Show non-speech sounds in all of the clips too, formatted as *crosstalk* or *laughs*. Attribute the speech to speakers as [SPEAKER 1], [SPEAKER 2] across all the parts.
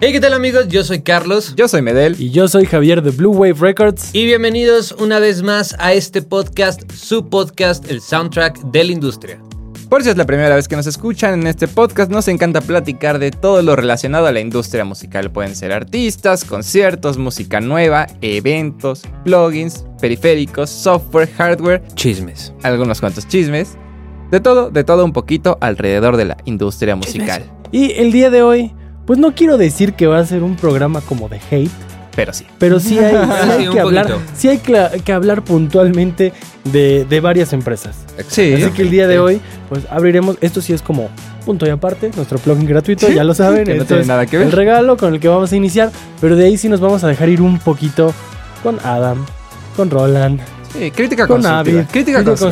[SPEAKER 1] Hey, ¿qué tal amigos? Yo soy Carlos.
[SPEAKER 2] Yo soy Medel.
[SPEAKER 3] Y yo soy Javier de Blue Wave Records.
[SPEAKER 1] Y bienvenidos una vez más a este podcast, su podcast, el soundtrack de la industria.
[SPEAKER 2] Por si es la primera vez que nos escuchan en este podcast, nos encanta platicar de todo lo relacionado a la industria musical. Pueden ser artistas, conciertos, música nueva, eventos, plugins, periféricos, software, hardware,
[SPEAKER 1] Chismes.
[SPEAKER 2] algunos cuantos chismes. De todo, de todo un poquito alrededor de la industria musical.
[SPEAKER 3] Y el día de hoy, pues no quiero decir que va a ser un programa como de hate,
[SPEAKER 2] Pero sí.
[SPEAKER 3] pero
[SPEAKER 2] *laughs*
[SPEAKER 3] sí hay, sí hay
[SPEAKER 1] Sí, un
[SPEAKER 3] que, hablar,
[SPEAKER 1] poquito.
[SPEAKER 3] sí hay cla- que hablar puntualmente de, de varias empresas.
[SPEAKER 2] Sí.
[SPEAKER 3] Así que el día de
[SPEAKER 1] Sí.
[SPEAKER 3] hoy, pues abriremos, esto sí es como punto y aparte, nuestro plugin gratuito, ya lo saben.
[SPEAKER 2] Que no
[SPEAKER 3] esto
[SPEAKER 2] tiene
[SPEAKER 3] es
[SPEAKER 2] nada que ver.
[SPEAKER 3] El regalo con el que vamos a iniciar, pero de ahí sí nos vamos a dejar ir un poquito con Adam, con Roland,
[SPEAKER 2] Sí, crítica
[SPEAKER 3] con
[SPEAKER 2] constructiva.
[SPEAKER 3] Avid,
[SPEAKER 2] Crítica constructiva.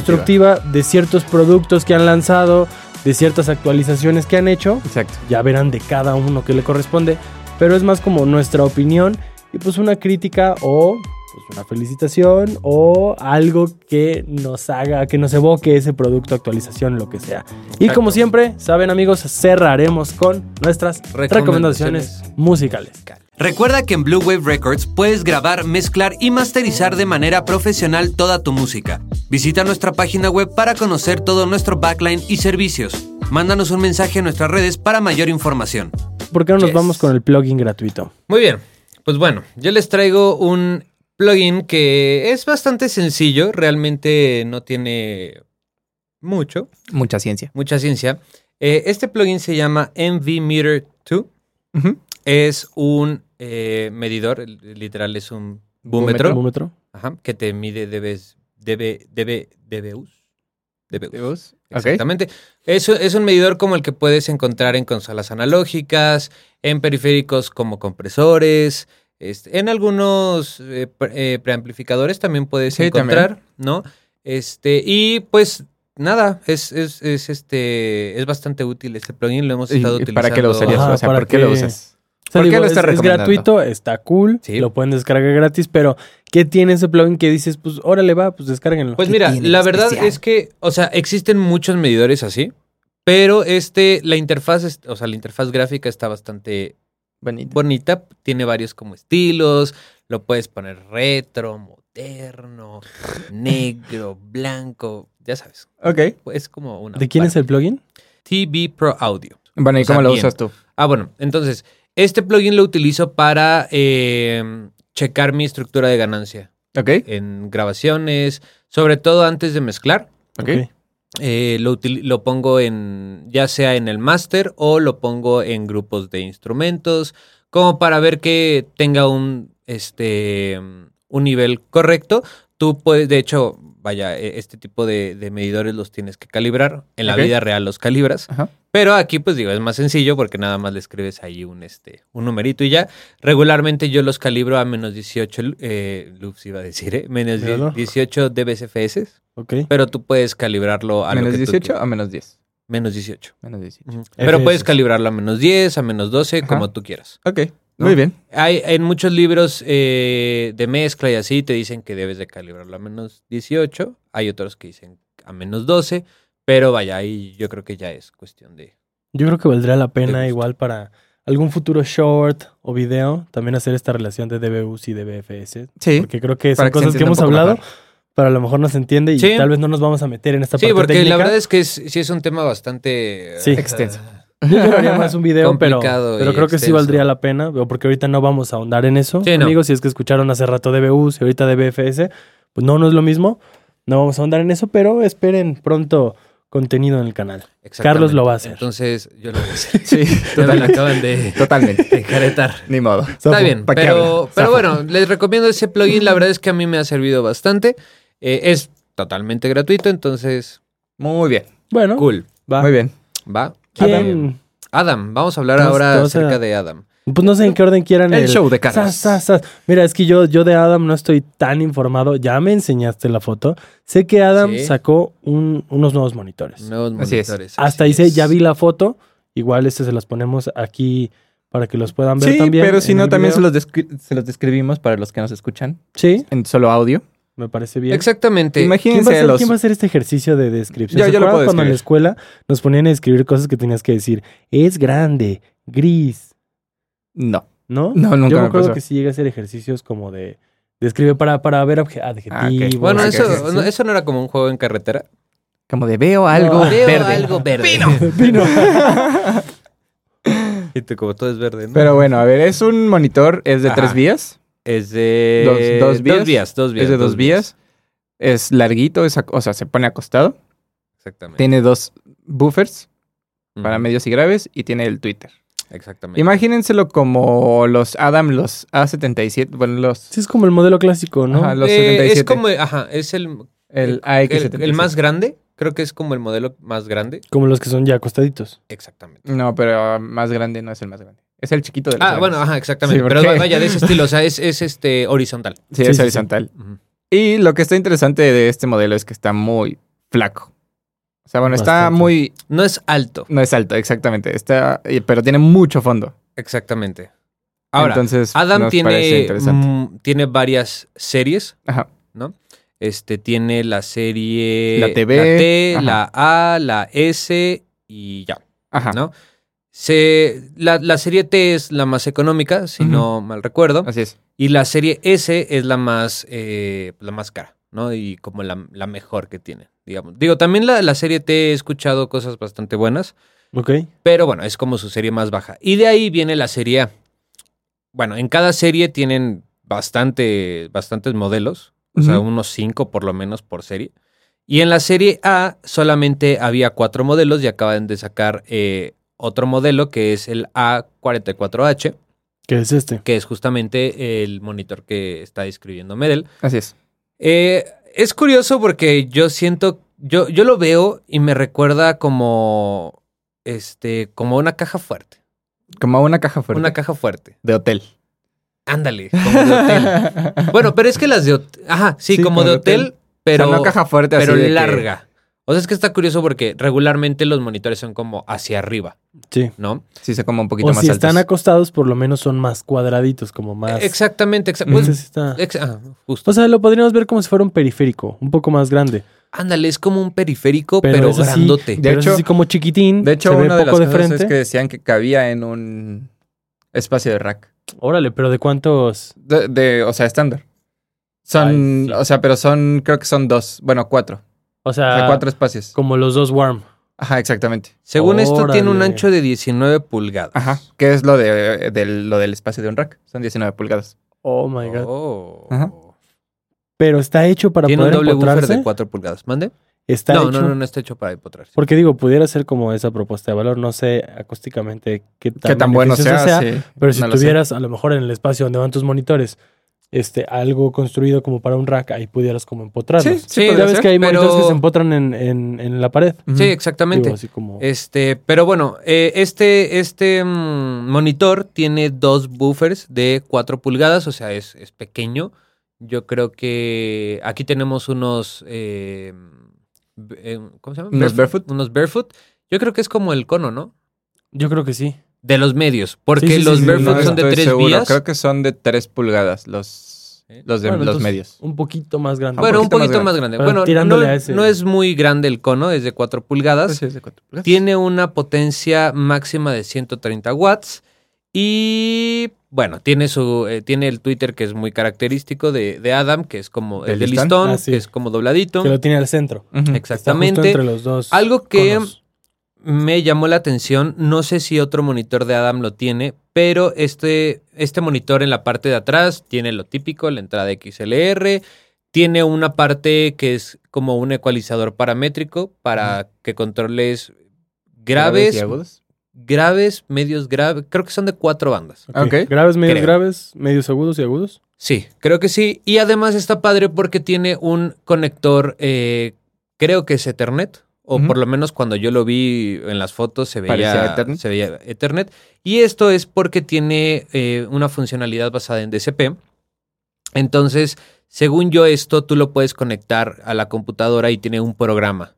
[SPEAKER 3] constructiva de ciertos productos que han lanzado, de ciertas actualizaciones que han hecho.
[SPEAKER 2] Exacto.
[SPEAKER 3] Ya verán de cada uno que le corresponde, pero es más como nuestra opinión y pues una crítica o pues una felicitación o algo que nos haga, que nos evoque ese producto, actualización, lo que sea. Y como siempre, saben amigos, cerraremos con nuestras
[SPEAKER 1] Recomendaciones.
[SPEAKER 3] recomendaciones musicales.
[SPEAKER 1] Recuerda que en Blue Wave Records puedes grabar, mezclar y masterizar de manera profesional toda tu música. Visita nuestra página web para conocer todo nuestro backline y servicios. Mándanos un mensaje a nuestras redes para mayor información.
[SPEAKER 3] ¿Por qué no nos
[SPEAKER 2] Yes.
[SPEAKER 3] vamos con el plugin gratuito?
[SPEAKER 1] Muy bien, pues bueno, yo les traigo un plugin que es bastante sencillo, realmente no tiene mucho,
[SPEAKER 2] Mucha ciencia.
[SPEAKER 1] mucha ciencia. Eh, este plugin se llama MV Meter 2.
[SPEAKER 2] Ujú.
[SPEAKER 1] Es un eh, medidor, literal es un búmetro,
[SPEAKER 3] ¿Termómetro?
[SPEAKER 1] ajá, que te mide dBs, dB, dB, dBus. dBus.
[SPEAKER 2] Ok.
[SPEAKER 1] Exactamente. Es, es un medidor como el que puedes encontrar en consolas analógicas, en periféricos como compresores, este, en algunos eh, pre- eh, preamplificadores también puedes
[SPEAKER 2] Sí, también.
[SPEAKER 1] encontrar, ¿no? Este, y pues nada, es, es, es, este, es bastante útil este plugin, lo hemos
[SPEAKER 2] ¿Y-
[SPEAKER 1] estado
[SPEAKER 2] y
[SPEAKER 1] utilizando.
[SPEAKER 2] ¿Para qué lo usarías?
[SPEAKER 3] Ajá,
[SPEAKER 2] o sea,
[SPEAKER 3] ¿para
[SPEAKER 2] ¿por qué lo
[SPEAKER 3] qué?
[SPEAKER 2] usas?
[SPEAKER 3] O sea,
[SPEAKER 2] ¿Por qué
[SPEAKER 3] digo,
[SPEAKER 2] lo estás
[SPEAKER 3] es- es,
[SPEAKER 2] recomendando?
[SPEAKER 3] gratuito, está cool,
[SPEAKER 1] Sí.
[SPEAKER 3] lo pueden descargar gratis, pero ¿qué tiene ese plugin que dices, pues órale va, pues descárguenlo?
[SPEAKER 1] Pues
[SPEAKER 2] ¿Qué
[SPEAKER 1] mira,
[SPEAKER 2] tiene
[SPEAKER 1] la
[SPEAKER 2] de
[SPEAKER 1] verdad
[SPEAKER 2] especial?
[SPEAKER 1] es que, o sea, existen muchos medidores así, pero este, la interfaz, es- o sea, la interfaz gráfica está bastante
[SPEAKER 2] Bonito.
[SPEAKER 1] bonita, tiene varios como estilos, lo puedes poner retro,
[SPEAKER 3] *laughs*
[SPEAKER 1] moderno, negro, blanco, ya sabes,
[SPEAKER 2] Ok.
[SPEAKER 1] es como una...
[SPEAKER 3] ¿De quién es el plugin?
[SPEAKER 1] TB Pro Audio.
[SPEAKER 2] Bueno, ¿y
[SPEAKER 1] O sea,
[SPEAKER 2] cómo lo
[SPEAKER 1] bien.
[SPEAKER 2] usas tú?
[SPEAKER 1] Ah, bueno, entonces, este plugin lo utilizo para eh, checar mi estructura de ganancia
[SPEAKER 2] Ok.
[SPEAKER 1] en grabaciones, sobre todo antes de mezclar.
[SPEAKER 2] Ok.
[SPEAKER 3] Ok.
[SPEAKER 1] Eh, lo, util- lo pongo en, ya sea en el máster o lo pongo en grupos de instrumentos, como para ver que tenga un, este, un nivel correcto. Tú puedes, de hecho, vaya, e- este tipo de, de medidores los tienes que calibrar. En la
[SPEAKER 2] Ok.
[SPEAKER 1] vida real los calibras.
[SPEAKER 2] Ajá.
[SPEAKER 1] Pero aquí, pues digo, es más sencillo porque nada más le escribes ahí un, este, un numerito y ya. Regularmente yo los calibro a menos 18 lu- eh, loops, iba a decir, ¿eh? menos die-
[SPEAKER 3] Míralo.
[SPEAKER 1] 18 dBCFS.
[SPEAKER 3] Ok.
[SPEAKER 1] Pero tú puedes calibrarlo a lo
[SPEAKER 2] ¿Menos
[SPEAKER 1] que tú
[SPEAKER 2] 18
[SPEAKER 1] quieras.
[SPEAKER 2] a menos 10?
[SPEAKER 1] Menos 18.
[SPEAKER 2] Menos 18.
[SPEAKER 1] Ujú. Pero
[SPEAKER 3] FS.
[SPEAKER 1] puedes calibrarlo a menos 10, a menos 12,
[SPEAKER 2] Ajá.
[SPEAKER 1] como tú quieras.
[SPEAKER 2] Ok.
[SPEAKER 1] ¿No?
[SPEAKER 2] Muy bien.
[SPEAKER 1] Hay, en muchos libros eh, de mezcla y así te dicen que debes de calibrarlo a menos 18. Hay otros que dicen a menos 12. Pero vaya, ahí yo creo que ya es cuestión de...
[SPEAKER 3] Yo creo que valdría la
[SPEAKER 1] De gusto.
[SPEAKER 3] pena igual para algún futuro short o video también hacer esta relación de DBUs y DBFS,
[SPEAKER 2] Sí.
[SPEAKER 3] porque creo que
[SPEAKER 2] Para que
[SPEAKER 3] son
[SPEAKER 2] se
[SPEAKER 3] cosas que
[SPEAKER 2] entienda un
[SPEAKER 3] hemos
[SPEAKER 2] poco
[SPEAKER 3] hablado,
[SPEAKER 2] mejor.
[SPEAKER 3] pero a lo mejor no se entiende y
[SPEAKER 1] Sí.
[SPEAKER 3] tal vez no nos vamos a meter en esta
[SPEAKER 1] Sí,
[SPEAKER 3] parte
[SPEAKER 1] porque
[SPEAKER 3] técnica.
[SPEAKER 1] la verdad es que es- sí es un tema bastante...
[SPEAKER 3] Sí.
[SPEAKER 2] Extenso.
[SPEAKER 3] Yo creo que haría más un video, pero,
[SPEAKER 1] Complicado
[SPEAKER 3] pero
[SPEAKER 1] y
[SPEAKER 3] creo que sí
[SPEAKER 1] extenso.
[SPEAKER 3] valdría la pena, o porque ahorita no vamos a ahondar en eso.
[SPEAKER 1] Sí, no.
[SPEAKER 3] Amigos, si es que escucharon hace rato DBUs y ahorita DBFS, pues no, no es lo mismo. No vamos a ahondar en eso, pero esperen pronto contenido en el canal.
[SPEAKER 1] eh, Exactamente.
[SPEAKER 3] Carlos lo va a hacer.
[SPEAKER 1] Entonces, yo lo voy a hacer.
[SPEAKER 2] *laughs* Sí.
[SPEAKER 1] Ya me lo
[SPEAKER 2] total-
[SPEAKER 1] acaban de,
[SPEAKER 2] totalmente.
[SPEAKER 1] de caretar.
[SPEAKER 2] Ni modo.
[SPEAKER 1] Está
[SPEAKER 3] Zafo,
[SPEAKER 1] bien,
[SPEAKER 2] ¿pa' qué
[SPEAKER 1] pero,
[SPEAKER 2] habla?
[SPEAKER 1] pero
[SPEAKER 2] Zafo.
[SPEAKER 1] bueno, les recomiendo ese plugin. La verdad es que a mí me ha servido bastante. Eh, es totalmente gratuito, entonces,
[SPEAKER 2] Muy bien.
[SPEAKER 3] Bueno,
[SPEAKER 1] cool.
[SPEAKER 3] va.
[SPEAKER 2] Muy bien.
[SPEAKER 1] ¿Va? Adam.
[SPEAKER 3] ¿Quién?
[SPEAKER 1] Adam, vamos a hablar
[SPEAKER 3] Vamos-
[SPEAKER 1] ahora
[SPEAKER 3] vamos a-
[SPEAKER 1] acerca de Adam.
[SPEAKER 3] Pues no sé en qué orden quieran
[SPEAKER 2] El show de Carlos.
[SPEAKER 3] Sas, sas, sas. Mira, es que yo, yo de Adam no estoy tan informado. Ya me enseñaste la foto. Sé que Adam
[SPEAKER 1] Sí.
[SPEAKER 3] sacó un- unos nuevos monitores.
[SPEAKER 1] Nuevos
[SPEAKER 2] Así es.
[SPEAKER 1] monitores.
[SPEAKER 3] Hasta
[SPEAKER 1] así
[SPEAKER 3] ahí sé,
[SPEAKER 1] es.
[SPEAKER 3] ya vi la foto. Igual este se las ponemos aquí para que los puedan ver
[SPEAKER 2] Sí,
[SPEAKER 3] también.
[SPEAKER 2] pero si
[SPEAKER 3] en
[SPEAKER 2] no,
[SPEAKER 3] el
[SPEAKER 2] también se
[SPEAKER 3] video.
[SPEAKER 2] los, descri- se los describimos para los que nos escuchan
[SPEAKER 3] Sí,
[SPEAKER 2] en solo audio.
[SPEAKER 3] me parece bien.
[SPEAKER 1] Exactamente.
[SPEAKER 3] ¿Quién va, a
[SPEAKER 2] Imagínense
[SPEAKER 3] hacer,
[SPEAKER 2] los.
[SPEAKER 3] quién va a hacer este ejercicio de descripción?
[SPEAKER 2] Yo-
[SPEAKER 3] ¿Se
[SPEAKER 2] yo lo
[SPEAKER 3] acuerdan
[SPEAKER 2] puedo
[SPEAKER 3] cuando en la
[SPEAKER 2] describir.
[SPEAKER 3] escuela nos ponían a escribir cosas que tenías que decir? Es grande, gris,
[SPEAKER 2] No.
[SPEAKER 3] ¿no?
[SPEAKER 2] No, nunca
[SPEAKER 3] Yo me
[SPEAKER 2] me
[SPEAKER 3] acuerdo
[SPEAKER 2] pasó.
[SPEAKER 3] que sí llegué a hacer ejercicios como de. Describe para, para ver obje- adjetivos.
[SPEAKER 2] Ah, ok.
[SPEAKER 1] Bueno,
[SPEAKER 2] Ok,
[SPEAKER 1] eso,
[SPEAKER 2] sí.
[SPEAKER 1] no, eso no era como un juego en carretera.
[SPEAKER 2] Como de veo algo
[SPEAKER 3] No.
[SPEAKER 2] verde.
[SPEAKER 1] algo verde.
[SPEAKER 3] Vino.
[SPEAKER 1] *laughs* Y tú, como todo es verde, ¿no?
[SPEAKER 2] *laughs* Pero bueno, a ver, es un monitor, es de
[SPEAKER 1] Ajá.
[SPEAKER 2] tres vías.
[SPEAKER 1] es de
[SPEAKER 2] Dos- dos vías.
[SPEAKER 1] dos vías, dos vías,
[SPEAKER 2] es de dos vías. Es larguito, es ac- o sea, se pone acostado.
[SPEAKER 1] Exactamente.
[SPEAKER 2] Tiene dos buffers
[SPEAKER 1] Ujú,
[SPEAKER 2] para medios y graves y tiene el Twitter.
[SPEAKER 1] Exactamente.
[SPEAKER 2] Imagínenselo como los Adam, los A77, bueno, los,
[SPEAKER 3] Sí, es como el modelo clásico, ¿no?
[SPEAKER 2] ajá, los
[SPEAKER 1] Eh,
[SPEAKER 2] 77.
[SPEAKER 1] Es como, ajá, es el,
[SPEAKER 2] el
[SPEAKER 1] el,
[SPEAKER 2] AX77.
[SPEAKER 1] el más grande. Creo que es como el modelo más grande.
[SPEAKER 3] Como los que son ya acostaditos.
[SPEAKER 1] Exactamente.
[SPEAKER 2] No, pero ah, más grande no es el más grande. Es el chiquito del
[SPEAKER 1] Ah, bueno, ajá, exactamente.
[SPEAKER 2] Sí, ¿por
[SPEAKER 1] Pero
[SPEAKER 2] qué?
[SPEAKER 1] vaya,
[SPEAKER 2] *laughs*
[SPEAKER 1] de ese estilo. O sea, es, es este horizontal.
[SPEAKER 2] Sí,
[SPEAKER 3] Sí, sí,
[SPEAKER 2] es
[SPEAKER 3] sí.
[SPEAKER 2] horizontal.
[SPEAKER 1] Ujú.
[SPEAKER 2] Y lo que está interesante de este modelo es que está muy flaco. O sea, bueno, está
[SPEAKER 3] Bastante.
[SPEAKER 2] muy...
[SPEAKER 1] No es alto.
[SPEAKER 2] No es alto, exactamente. Está, eh, pero tiene mucho fondo.
[SPEAKER 1] Exactamente. Ahora,
[SPEAKER 2] Entonces,
[SPEAKER 1] Adam
[SPEAKER 2] nos parece
[SPEAKER 1] tiene,
[SPEAKER 2] interesante.
[SPEAKER 1] mm, tiene varias series.
[SPEAKER 2] Ajá.
[SPEAKER 1] Este tiene la serie.
[SPEAKER 2] La TV,
[SPEAKER 1] La T,
[SPEAKER 2] ajá.
[SPEAKER 1] la A, la S y ya.
[SPEAKER 2] Ajá.
[SPEAKER 1] ¿no? Se, la, la serie T es la más económica, si
[SPEAKER 2] Ujú.
[SPEAKER 1] no mal recuerdo.
[SPEAKER 2] Así es.
[SPEAKER 1] Y la serie S es la más, eh, la más cara, ¿no? Y como la, la mejor que tiene, digamos. Digo, también la, la serie T he escuchado cosas bastante buenas,
[SPEAKER 3] ¿Ok?
[SPEAKER 1] pero bueno, es como su serie más baja. Y de ahí viene la serie A. Bueno, en cada serie tienen bastante, bastantes modelos, o sea,
[SPEAKER 2] Ujú.
[SPEAKER 1] unos cinco por lo menos por serie. Y en la serie A solamente había cuatro modelos y acaban de sacar eh, otro modelo que es el A44H
[SPEAKER 3] ¿Qué es este?
[SPEAKER 1] que es justamente el monitor que está describiendo Medel.
[SPEAKER 2] Así es.
[SPEAKER 1] Eh, es curioso porque yo siento, yo, yo lo veo y me recuerda como, este, como una caja fuerte.
[SPEAKER 2] Como una caja fuerte.
[SPEAKER 1] Una caja fuerte. *laughs*
[SPEAKER 2] de hotel.
[SPEAKER 1] Ándale, como de hotel. bueno, pero es que las de hotel, ajá, sí,
[SPEAKER 2] Sí,
[SPEAKER 1] como de hotel,
[SPEAKER 2] pero
[SPEAKER 1] pero,
[SPEAKER 2] no caja fuerte, así
[SPEAKER 1] pero
[SPEAKER 2] de que-
[SPEAKER 1] larga. O sea, es que está curioso porque regularmente los monitores son como hacia arriba,
[SPEAKER 3] Sí.
[SPEAKER 1] ¿no?
[SPEAKER 2] sí, se como un poquito
[SPEAKER 3] O
[SPEAKER 2] más
[SPEAKER 3] si
[SPEAKER 2] altos.
[SPEAKER 3] están acostados, por lo menos son más cuadraditos, como más.
[SPEAKER 1] Exactamente, exa-
[SPEAKER 3] Ese
[SPEAKER 1] pues,
[SPEAKER 3] sí
[SPEAKER 2] eh,
[SPEAKER 3] está-
[SPEAKER 1] ex- ajá, justo.
[SPEAKER 3] O sea, lo podríamos ver como si fuera un periférico, un poco más grande.
[SPEAKER 1] Ándale, es como un periférico,
[SPEAKER 3] Pero
[SPEAKER 1] pero,
[SPEAKER 3] es así.
[SPEAKER 1] grandote.
[SPEAKER 2] De
[SPEAKER 3] pero
[SPEAKER 2] hecho-
[SPEAKER 3] es así como chiquitín.
[SPEAKER 2] De hecho,
[SPEAKER 3] se ve
[SPEAKER 2] una de las
[SPEAKER 3] poco de
[SPEAKER 2] cosas
[SPEAKER 3] frente.
[SPEAKER 2] es que decían que cabía en un espacio de rack.
[SPEAKER 3] Órale, pero ¿de cuántos?
[SPEAKER 2] De, de- o sea, estándar. Son,
[SPEAKER 3] Ay, sí.
[SPEAKER 2] o sea, pero son, creo que son dos, bueno, cuatro.
[SPEAKER 3] O
[SPEAKER 2] O
[SPEAKER 3] sea,
[SPEAKER 1] Ah.
[SPEAKER 2] sea, cuatro espacios.
[SPEAKER 3] como los dos Worm.
[SPEAKER 2] Ajá, exactamente.
[SPEAKER 1] Según esto, tiene un
[SPEAKER 3] Órale.
[SPEAKER 1] ancho de 19 pulgadas.
[SPEAKER 2] Ajá. Que es lo de, del- lo del espacio de un rack. Son 19 pulgadas.
[SPEAKER 3] Oh my god.
[SPEAKER 1] Oh.
[SPEAKER 2] Ajá.
[SPEAKER 3] Pero está hecho para
[SPEAKER 1] Tiene un
[SPEAKER 3] poder
[SPEAKER 1] doble buffer
[SPEAKER 3] empotrarse.
[SPEAKER 1] de 4 pulgadas. ¿Mande?
[SPEAKER 3] Está
[SPEAKER 1] No,
[SPEAKER 3] hecho.
[SPEAKER 1] no, no, no está hecho para empotrarse.
[SPEAKER 3] Porque digo, pudiera ser como esa propuesta de valor. No sé acústicamente qué tan,
[SPEAKER 2] Qué tan bueno sea.
[SPEAKER 3] beneficioso
[SPEAKER 2] sí.
[SPEAKER 3] Pero si
[SPEAKER 2] No lo sé.
[SPEAKER 3] tuvieras, a lo mejor en el espacio donde van tus monitores, este, algo construido como para un rack, ahí pudieras como empotrarlos.
[SPEAKER 1] Sí,
[SPEAKER 2] podría
[SPEAKER 3] ya ves
[SPEAKER 2] ser.
[SPEAKER 3] que hay
[SPEAKER 1] pero-
[SPEAKER 3] monitores que se empotran en, en- en la pared.
[SPEAKER 2] Ujú.
[SPEAKER 1] Sí, exactamente.
[SPEAKER 3] Digo, así como...
[SPEAKER 1] Este, pero bueno, eh, este, este mm, monitor tiene dos buffers de 4 pulgadas, o sea, es, es pequeño. Yo creo que aquí tenemos unos. eh, b- eh, ¿Cómo se llama?
[SPEAKER 2] Unos barefoot.
[SPEAKER 1] Unos barefoot. Yo creo que es como el cono, ¿no?
[SPEAKER 3] Yo creo que sí.
[SPEAKER 1] De los medios. Porque
[SPEAKER 3] Sí, sí,
[SPEAKER 1] los
[SPEAKER 3] sí, sí,
[SPEAKER 1] barefoot
[SPEAKER 2] No
[SPEAKER 1] son de
[SPEAKER 2] estoy
[SPEAKER 1] 3
[SPEAKER 2] seguro,
[SPEAKER 1] vías.
[SPEAKER 2] Creo que son de tres pulgadas los,
[SPEAKER 1] ¿Eh?
[SPEAKER 2] los, de,
[SPEAKER 3] Bueno,
[SPEAKER 2] los
[SPEAKER 3] entonces,
[SPEAKER 2] medios.
[SPEAKER 3] Un poquito más grande.
[SPEAKER 2] Ah,
[SPEAKER 1] Bueno, un poquito
[SPEAKER 2] poquito más grande.
[SPEAKER 1] más grande.
[SPEAKER 3] Bueno,
[SPEAKER 1] Bueno, no,
[SPEAKER 3] tirándole a ese. Pues
[SPEAKER 1] no es muy grande el cono, es de 4 pulgadas.
[SPEAKER 2] Sí, es de cuatro pulgadas.
[SPEAKER 1] Tiene una potencia máxima de 130 watts. Y bueno, tiene su eh, tiene el Twitter que es muy característico de, de Adam, que es como el
[SPEAKER 2] ¿El
[SPEAKER 1] de
[SPEAKER 2] listón?
[SPEAKER 1] listón,
[SPEAKER 3] Ah, sí.
[SPEAKER 1] que es como dobladito.
[SPEAKER 3] Que lo tiene al centro.
[SPEAKER 2] Ujú.
[SPEAKER 3] Está justo entre
[SPEAKER 1] Exactamente.
[SPEAKER 3] los dos.
[SPEAKER 1] Algo que-
[SPEAKER 3] conos.
[SPEAKER 1] Me llamó la atención. No sé si otro monitor de Adam lo tiene, pero este, este monitor en la parte de atrás tiene lo típico, la entrada XLR. Tiene una parte que es como un ecualizador paramétrico para que controles
[SPEAKER 2] Graves y
[SPEAKER 1] graves,
[SPEAKER 2] agudos.
[SPEAKER 1] graves, medios graves. Creo que son de cuatro bandas.
[SPEAKER 3] Ok.
[SPEAKER 2] Ok.
[SPEAKER 3] Graves, medios
[SPEAKER 1] Creo.
[SPEAKER 3] graves, medios agudos y agudos.
[SPEAKER 1] Sí, creo que sí. Y además está padre porque tiene un conector, eh, creo que es Ethernet, o
[SPEAKER 2] Ujú.
[SPEAKER 1] por lo menos cuando yo lo vi en las fotos se
[SPEAKER 2] Parecía
[SPEAKER 1] veía,
[SPEAKER 2] Ethernet.
[SPEAKER 1] se veía Ethernet. Y esto es porque tiene eh, una funcionalidad basada en DCP. Entonces, según yo esto, tú lo puedes conectar a la computadora y tiene un programa.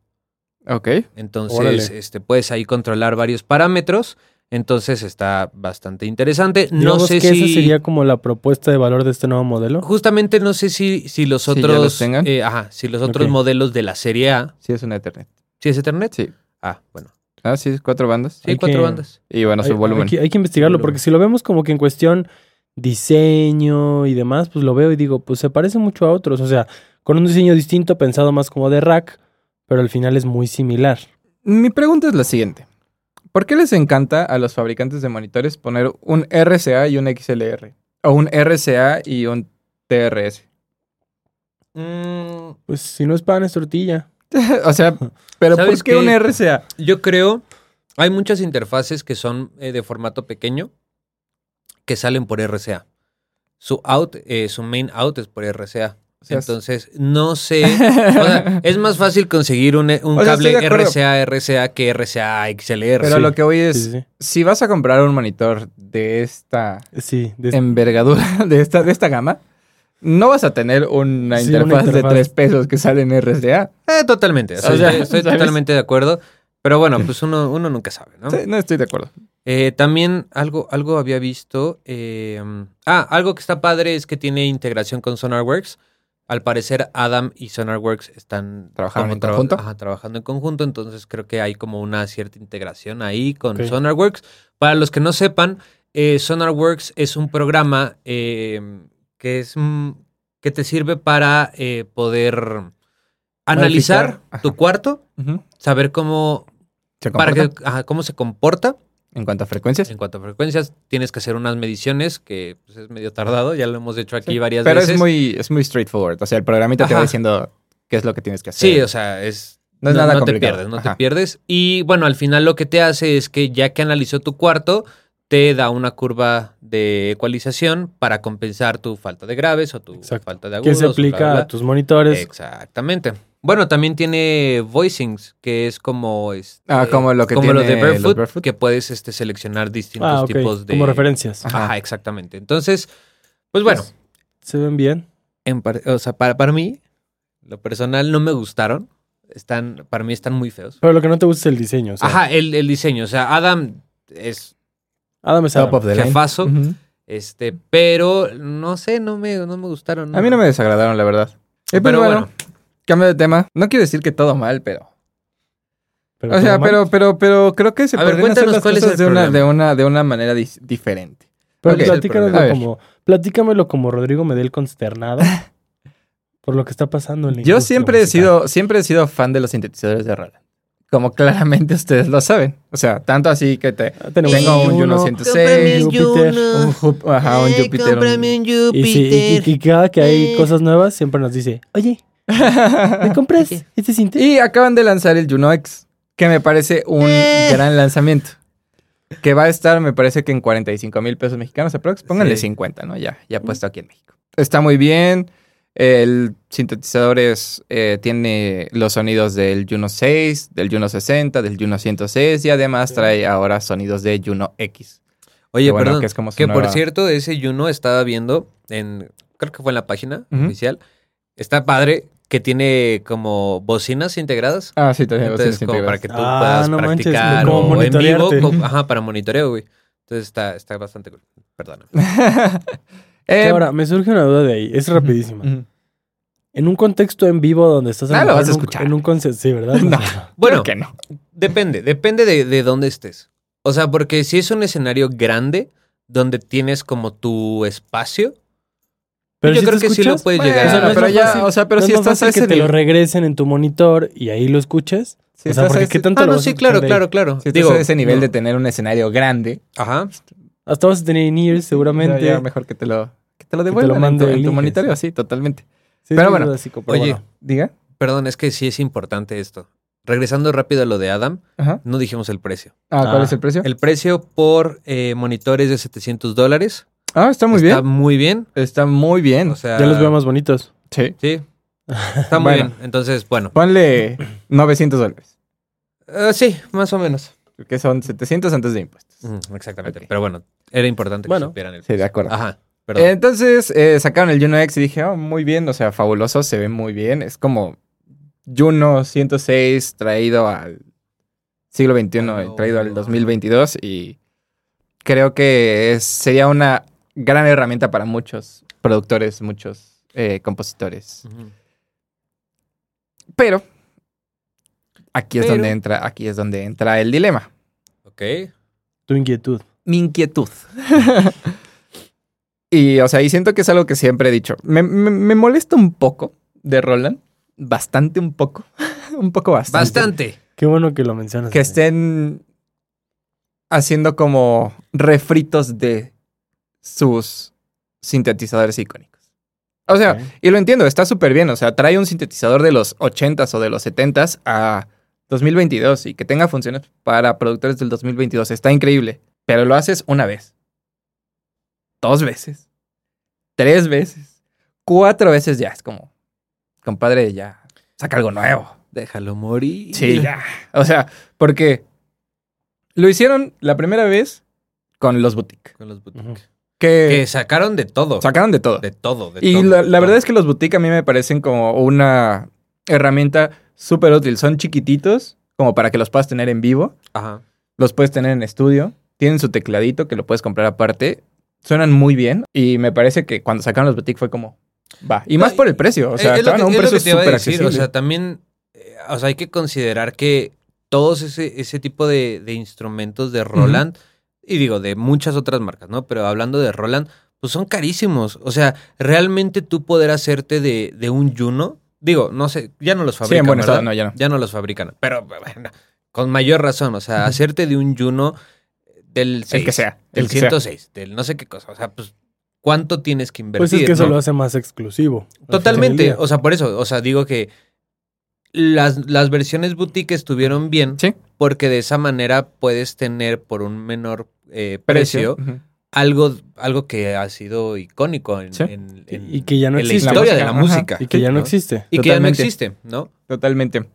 [SPEAKER 2] Ok.
[SPEAKER 1] Entonces,
[SPEAKER 3] Órale.
[SPEAKER 1] este, puedes ahí controlar varios parámetros. Entonces está bastante interesante. No
[SPEAKER 3] Digamos
[SPEAKER 1] sé
[SPEAKER 3] que
[SPEAKER 1] si
[SPEAKER 3] esa sería como la propuesta de valor de este nuevo modelo.
[SPEAKER 1] Justamente no sé si, si los
[SPEAKER 2] Si ya
[SPEAKER 1] otros.
[SPEAKER 2] los tengan.
[SPEAKER 1] eh, ajá, si los otros
[SPEAKER 3] Ok.
[SPEAKER 1] modelos de la serie A.
[SPEAKER 2] Sí, es un Ethernet.
[SPEAKER 1] ¿Sí es Ethernet?
[SPEAKER 2] Sí.
[SPEAKER 1] Ah, bueno.
[SPEAKER 2] Ah, sí, cuatro bandas.
[SPEAKER 1] Sí,
[SPEAKER 3] Hay
[SPEAKER 1] cuatro
[SPEAKER 3] que-
[SPEAKER 1] bandas.
[SPEAKER 2] Y bueno, su
[SPEAKER 3] hay,
[SPEAKER 2] volumen.
[SPEAKER 3] hay que, hay que investigarlo,
[SPEAKER 1] Volumen.
[SPEAKER 3] porque si lo vemos como que en cuestión diseño y demás, pues lo veo y digo, pues se parece mucho a otros. O sea, con un diseño distinto, pensado más como de rack, pero al final es muy similar.
[SPEAKER 2] Mi pregunta es la siguiente. ¿Por qué les encanta a los fabricantes de monitores poner un RCA y un XLR? O un RCA y un TRS.
[SPEAKER 1] Mm,
[SPEAKER 3] Pues si no es pan, es tortilla.
[SPEAKER 2] *laughs* o sea, ¿pero por
[SPEAKER 1] ¿Sabes
[SPEAKER 2] qué,
[SPEAKER 1] qué?
[SPEAKER 2] un RCA?
[SPEAKER 1] Yo creo, hay muchas interfaces que son eh, de formato pequeño que salen por RCA. Su out, eh, su main out es por RCA.
[SPEAKER 2] O sea,
[SPEAKER 1] Entonces, no sé. O sea, es más fácil conseguir un, eh, un
[SPEAKER 2] O sea,
[SPEAKER 1] cable
[SPEAKER 2] estoy de acuerdo.
[SPEAKER 1] RCA, RCA que RCA XLR.
[SPEAKER 2] *laughs* pero
[SPEAKER 3] sí,
[SPEAKER 2] lo que voy es,
[SPEAKER 3] sí, sí,
[SPEAKER 2] si vas a comprar un monitor de esta
[SPEAKER 3] sí. Sí, de-
[SPEAKER 2] envergadura, *laughs* de esta, de esta gama, no vas a tener una
[SPEAKER 3] Sí, una
[SPEAKER 2] interfaz de
[SPEAKER 3] interfaz.
[SPEAKER 2] tres pesos que sale en RCA.
[SPEAKER 1] Eh, totalmente. o sea,
[SPEAKER 2] O sea,
[SPEAKER 1] estoy estoy
[SPEAKER 2] *laughs* ¿sabes?
[SPEAKER 1] totalmente de acuerdo. Pero bueno, pues uno, uno nunca sabe, ¿no?
[SPEAKER 2] Sí, No estoy de acuerdo.
[SPEAKER 1] Eh, también algo, algo había visto. eh, ah, algo que está padre es que tiene integración con SonarWorks. Al parecer, Adam y SonarWorks están
[SPEAKER 2] ¿Trabajaron
[SPEAKER 1] como
[SPEAKER 2] en conjunto?
[SPEAKER 1] ajá, trabajando en conjunto. Entonces, creo que hay como una cierta integración ahí con
[SPEAKER 3] Ok.
[SPEAKER 1] SonarWorks. Para los que no sepan, eh, SonarWorks es un programa eh, que, es, mm, que te sirve para eh, poder analizar
[SPEAKER 2] Ajá.
[SPEAKER 1] tu cuarto,
[SPEAKER 2] Ujú.
[SPEAKER 1] saber cómo,
[SPEAKER 2] ¿Se
[SPEAKER 1] para
[SPEAKER 2] comporta?
[SPEAKER 1] que- ajá, cómo se comporta.
[SPEAKER 2] En cuanto a frecuencias.
[SPEAKER 1] En cuanto a frecuencias, tienes que hacer unas mediciones que pues, es medio tardado, ya lo hemos hecho aquí varias
[SPEAKER 2] Pero
[SPEAKER 1] veces.
[SPEAKER 2] es muy, es muy straightforward. O sea, el programita te va
[SPEAKER 1] Ajá.
[SPEAKER 2] diciendo qué es lo que tienes que hacer.
[SPEAKER 1] Sí, o sea, es
[SPEAKER 2] No es nada
[SPEAKER 1] te
[SPEAKER 2] complicado.
[SPEAKER 1] pierdes, no
[SPEAKER 2] Ajá.
[SPEAKER 1] te pierdes. Y bueno, al final lo que te hace es que ya que analizó tu cuarto, te da una curva de ecualización para compensar tu falta de graves o tu
[SPEAKER 3] Exacto.
[SPEAKER 1] falta de
[SPEAKER 3] que
[SPEAKER 1] agudos.
[SPEAKER 3] se aplica
[SPEAKER 1] bla, bla, bla.
[SPEAKER 3] a tus monitores.
[SPEAKER 1] eh, Exactamente. Bueno, también tiene voicings, que es como este,
[SPEAKER 2] Ah, como lo que
[SPEAKER 1] de
[SPEAKER 2] tiene los
[SPEAKER 1] Barefoot,
[SPEAKER 2] Barefoot.
[SPEAKER 1] que puedes este, seleccionar distintos
[SPEAKER 3] Ah, ok,
[SPEAKER 1] tipos de
[SPEAKER 3] Como referencias.
[SPEAKER 1] Ajá, exactamente. Entonces, pues bueno,
[SPEAKER 3] Pues, Se ven bien.
[SPEAKER 1] en par- o sea, para, para mí, lo personal no me gustaron. Están, para mí están muy feos.
[SPEAKER 3] Pero lo que no te gusta es el diseño. o sea,
[SPEAKER 1] Ajá, el, el diseño. O sea, Adam es
[SPEAKER 3] Adam es Adam.
[SPEAKER 2] Top of the line.
[SPEAKER 1] jefazo,
[SPEAKER 2] Ujú.
[SPEAKER 1] este, pero no sé, no me, no me gustaron.
[SPEAKER 2] A mí no me desagradaron, la verdad. Eh, pero,
[SPEAKER 1] Pero
[SPEAKER 2] bueno,
[SPEAKER 1] bueno.
[SPEAKER 2] cambio de tema. No quiero decir que todo mal, pero.
[SPEAKER 3] Pero
[SPEAKER 2] O
[SPEAKER 3] todo
[SPEAKER 2] sea,
[SPEAKER 3] mal.
[SPEAKER 2] pero, pero, pero creo que se
[SPEAKER 1] A ver,
[SPEAKER 2] podrían hacer
[SPEAKER 1] cuéntanos
[SPEAKER 2] las
[SPEAKER 1] cuál es
[SPEAKER 2] cosas
[SPEAKER 1] el
[SPEAKER 2] de una,
[SPEAKER 1] problema.
[SPEAKER 2] de una, de una manera dis- diferente.
[SPEAKER 3] Pero
[SPEAKER 2] Ok.
[SPEAKER 1] A
[SPEAKER 3] platícamelo
[SPEAKER 2] ver.
[SPEAKER 3] como, platícamelo como Rodrigo
[SPEAKER 2] *laughs*
[SPEAKER 3] Medel consternado por lo que está pasando en la
[SPEAKER 2] Yo
[SPEAKER 3] industria
[SPEAKER 2] siempre he
[SPEAKER 3] musical.
[SPEAKER 2] sido, siempre he sido fan de los sintetizadores de Roland. Como *laughs* claramente ustedes lo saben. O sea, tanto así que te.
[SPEAKER 3] Ah, tenemos
[SPEAKER 2] Tengo un Juno
[SPEAKER 3] uno,
[SPEAKER 2] 106,
[SPEAKER 3] un Júpiter, Eh,
[SPEAKER 2] un, Ju- ajá, un Júpiter. un-
[SPEAKER 3] Y, sí, y- y- y cada que hay cosas nuevas, siempre nos dice,
[SPEAKER 2] *laughs*
[SPEAKER 3] oye, ¿me compras
[SPEAKER 1] Oye.
[SPEAKER 3] este cintillo?
[SPEAKER 2] Y eh, acaban de lanzar el Juno X, que me parece un
[SPEAKER 1] Eh.
[SPEAKER 2] gran lanzamiento. Que va a estar, me parece que en 45 mil pesos mexicanos aprox. Pónganle
[SPEAKER 1] Sí.
[SPEAKER 2] 50, ¿no? Ya, ya puesto aquí en México. Está muy bien. El sintetizador es, eh, tiene los sonidos del Juno 6, del Juno 60, del Juno 106 y además
[SPEAKER 3] Sí.
[SPEAKER 2] trae ahora sonidos de Juno X.
[SPEAKER 1] Oye,
[SPEAKER 2] Que bueno,
[SPEAKER 1] perdón,
[SPEAKER 2] que
[SPEAKER 1] que,
[SPEAKER 2] es como su
[SPEAKER 1] por
[SPEAKER 2] nueva-
[SPEAKER 1] cierto, ese Juno estaba viendo en, creo que fue en la página
[SPEAKER 2] Ujú.
[SPEAKER 1] oficial, está padre que tiene como bocinas integradas.
[SPEAKER 2] Ah, sí, también.
[SPEAKER 1] Entonces,
[SPEAKER 2] sí, sí,
[SPEAKER 1] como
[SPEAKER 2] sí,
[SPEAKER 1] para que tú
[SPEAKER 3] Ah,
[SPEAKER 1] puedas
[SPEAKER 3] no manches,
[SPEAKER 1] practicar
[SPEAKER 3] como
[SPEAKER 1] o en vivo.
[SPEAKER 3] monitorearte.
[SPEAKER 1] como- ajá, para monitoreo, güey. Entonces está, está bastante cool. Perdóname.
[SPEAKER 2] *laughs* Eh,
[SPEAKER 3] Que ahora, me surge una duda de ahí, es rapidísima.
[SPEAKER 2] ujú.
[SPEAKER 3] En un contexto en vivo donde estás
[SPEAKER 2] Ah,
[SPEAKER 3] en,
[SPEAKER 2] lo vas a
[SPEAKER 3] en un-
[SPEAKER 2] escuchar.
[SPEAKER 3] en un concepto, sí, ¿verdad?
[SPEAKER 2] No.
[SPEAKER 1] Bueno,
[SPEAKER 2] Creo que no.
[SPEAKER 1] depende, depende de, de dónde estés. O sea, porque si es un escenario grande donde tienes como tu espacio,
[SPEAKER 3] Pero
[SPEAKER 1] yo
[SPEAKER 3] si
[SPEAKER 1] creo
[SPEAKER 3] te
[SPEAKER 1] que sí lo
[SPEAKER 3] escuchas,
[SPEAKER 1] puedes
[SPEAKER 2] Bueno,
[SPEAKER 1] llegar
[SPEAKER 3] o sea, no
[SPEAKER 1] a...
[SPEAKER 3] es
[SPEAKER 2] pero
[SPEAKER 3] más
[SPEAKER 2] ya,
[SPEAKER 3] fácil-
[SPEAKER 2] o sea, pero
[SPEAKER 3] ¿no es
[SPEAKER 2] si
[SPEAKER 3] más
[SPEAKER 2] estás a
[SPEAKER 3] fácil
[SPEAKER 2] ese
[SPEAKER 3] que te lo
[SPEAKER 2] nivel.
[SPEAKER 3] regresen en tu monitor y ahí lo escuchas.
[SPEAKER 2] si
[SPEAKER 3] o sea,
[SPEAKER 2] estás a
[SPEAKER 3] porque
[SPEAKER 2] ese-
[SPEAKER 3] ¿qué tanto
[SPEAKER 1] Ah,
[SPEAKER 3] lo
[SPEAKER 1] no,
[SPEAKER 3] vas a
[SPEAKER 1] sí,
[SPEAKER 3] escuchar
[SPEAKER 1] claro,
[SPEAKER 3] de ahí?
[SPEAKER 1] claro, claro.
[SPEAKER 2] Si
[SPEAKER 1] Digo,
[SPEAKER 2] estás a ese nivel
[SPEAKER 1] no.
[SPEAKER 2] de tener un escenario grande,
[SPEAKER 1] Ajá.
[SPEAKER 3] Hasta vas a tener in-ears seguramente.
[SPEAKER 2] ya mejor que te lo, que te lo
[SPEAKER 3] te lo
[SPEAKER 2] devuelvan en tu-
[SPEAKER 3] mande
[SPEAKER 2] en tu,
[SPEAKER 3] el Inges.
[SPEAKER 2] monitorio, sí, totalmente.
[SPEAKER 3] Sí,
[SPEAKER 2] Pero
[SPEAKER 3] sí,
[SPEAKER 2] bueno,
[SPEAKER 3] dudas, chico, pero
[SPEAKER 1] oye,
[SPEAKER 3] bueno.
[SPEAKER 2] Diga.
[SPEAKER 1] Perdón, es que sí es importante esto. Regresando rápido a lo de Adam,
[SPEAKER 2] Ajá.
[SPEAKER 1] no dijimos el precio.
[SPEAKER 2] Ah, ¿cuál
[SPEAKER 3] Ah.
[SPEAKER 2] es el precio?
[SPEAKER 1] El precio por eh, monitores de 700 dólares.
[SPEAKER 2] Ah, está muy
[SPEAKER 1] Está
[SPEAKER 2] bien.
[SPEAKER 1] muy bien.
[SPEAKER 2] Está muy bien.
[SPEAKER 1] O sea,
[SPEAKER 3] ya los veo más bonitos.
[SPEAKER 2] Sí.
[SPEAKER 1] Sí. Está muy
[SPEAKER 2] *laughs* Bueno.
[SPEAKER 1] bien. Entonces, bueno.
[SPEAKER 2] Ponle *clears throat* 900 dólares,
[SPEAKER 1] Eh, sí, más o menos.
[SPEAKER 2] que son 700 antes de impuestos.
[SPEAKER 1] Mm, exactamente.
[SPEAKER 2] Ok.
[SPEAKER 1] Pero bueno, era importante que
[SPEAKER 3] Bueno.
[SPEAKER 1] supieran el
[SPEAKER 2] Sí, de acuerdo.
[SPEAKER 1] Ajá. Perdón.
[SPEAKER 2] Entonces eh, sacaron el Juno X y dije, oh, muy bien, o sea, fabuloso, se ve muy bien. Es como Juno 106 traído al siglo XXI,
[SPEAKER 1] Bueno,
[SPEAKER 2] y traído al
[SPEAKER 1] ajá.
[SPEAKER 2] 2022 y creo que es- sería una gran herramienta para muchos productores, muchos eh, compositores.
[SPEAKER 1] Ujú.
[SPEAKER 2] Pero Aquí es
[SPEAKER 1] Pero-
[SPEAKER 2] donde entra, aquí es donde entra el dilema.
[SPEAKER 1] Ok.
[SPEAKER 3] Tu inquietud.
[SPEAKER 2] Mi inquietud. *laughs* y, o sea, y siento que es algo que siempre he dicho. Me, me- me molesta un poco de Roland. Bastante un poco. *laughs* un poco bastante.
[SPEAKER 1] Bastante.
[SPEAKER 3] Qué bueno que lo mencionas.
[SPEAKER 2] Que
[SPEAKER 3] amigo.
[SPEAKER 2] estén haciendo como refritos de sus sintetizadores icónicos. O sea,
[SPEAKER 3] Ok.
[SPEAKER 2] y lo entiendo, está súper bien. O sea, trae un sintetizador de los 80s o de los 70s a 2022 y que tenga funciones para productores del 2022. Está increíble. Pero lo haces una vez, dos veces, tres veces, cuatro veces ya. Es como, compadre, ya, saca algo nuevo.
[SPEAKER 1] Déjalo morir.
[SPEAKER 2] Sí, ya. O sea, porque lo hicieron la primera vez con los boutique.
[SPEAKER 1] Con los boutiques.
[SPEAKER 3] Ujú.
[SPEAKER 2] Que
[SPEAKER 1] Que sacaron de todo.
[SPEAKER 2] sacaron de todo.
[SPEAKER 1] de todo. de
[SPEAKER 2] y
[SPEAKER 1] todo,
[SPEAKER 2] la,
[SPEAKER 1] de
[SPEAKER 2] la
[SPEAKER 1] todo.
[SPEAKER 2] verdad es que los boutique a mí me parecen como una herramienta súper útil. Son chiquititos, como para que los puedas tener en vivo.
[SPEAKER 1] Ajá.
[SPEAKER 2] Los puedes tener en estudio. Tienen su tecladito que lo puedes comprar aparte. Suenan muy bien. Y me parece que cuando sacaron los boutique fue como. Va. Y más
[SPEAKER 1] No,
[SPEAKER 2] por el precio. O sea,
[SPEAKER 1] Eh, es, es lo
[SPEAKER 2] estaban
[SPEAKER 1] que,
[SPEAKER 2] a un
[SPEAKER 1] es lo
[SPEAKER 2] precio
[SPEAKER 1] que te iba a
[SPEAKER 2] súper
[SPEAKER 1] decir.
[SPEAKER 2] accesible.
[SPEAKER 1] O sea, también. eh, o sea, hay que considerar que todos ese, ese tipo de, de instrumentos de Roland, y digo, de muchas otras marcas, ¿no? Pero hablando de Roland, pues son carísimos. O sea, realmente tú poder hacerte de, de un Juno. Digo, no sé, ya no los
[SPEAKER 2] sí,
[SPEAKER 1] fabrican.
[SPEAKER 2] en buen estado.
[SPEAKER 1] ¿verdad?
[SPEAKER 2] No, ya no.
[SPEAKER 1] ya no los fabrican. Pero bueno, con mayor razón, o sea, hacerte de un Juno del
[SPEAKER 2] El que
[SPEAKER 1] 6,
[SPEAKER 2] sea.
[SPEAKER 1] del
[SPEAKER 2] El que sea.
[SPEAKER 1] 106, del no sé qué cosa, o sea, pues cuánto tienes que invertir.
[SPEAKER 3] Pues es que eso
[SPEAKER 1] no?
[SPEAKER 3] lo hace más exclusivo. al
[SPEAKER 1] Totalmente,
[SPEAKER 3] final del
[SPEAKER 1] o sea, por eso, o sea, digo que las, las versiones boutique estuvieron bien
[SPEAKER 2] Sí.
[SPEAKER 1] porque de esa manera puedes tener por un menor eh,
[SPEAKER 2] Precio.
[SPEAKER 1] precio,
[SPEAKER 2] Ujú.
[SPEAKER 1] algo algo que ha sido icónico en,
[SPEAKER 2] Sí.
[SPEAKER 1] en- en-
[SPEAKER 3] Y que ya no
[SPEAKER 1] en la
[SPEAKER 3] existe.
[SPEAKER 1] historia de la
[SPEAKER 2] Ajá.
[SPEAKER 1] música.
[SPEAKER 3] día. Y que ya no
[SPEAKER 1] ¿no?
[SPEAKER 3] existe.
[SPEAKER 1] Y que ya no
[SPEAKER 2] Totalmente.
[SPEAKER 1] existe, ¿no?
[SPEAKER 2] Totalmente.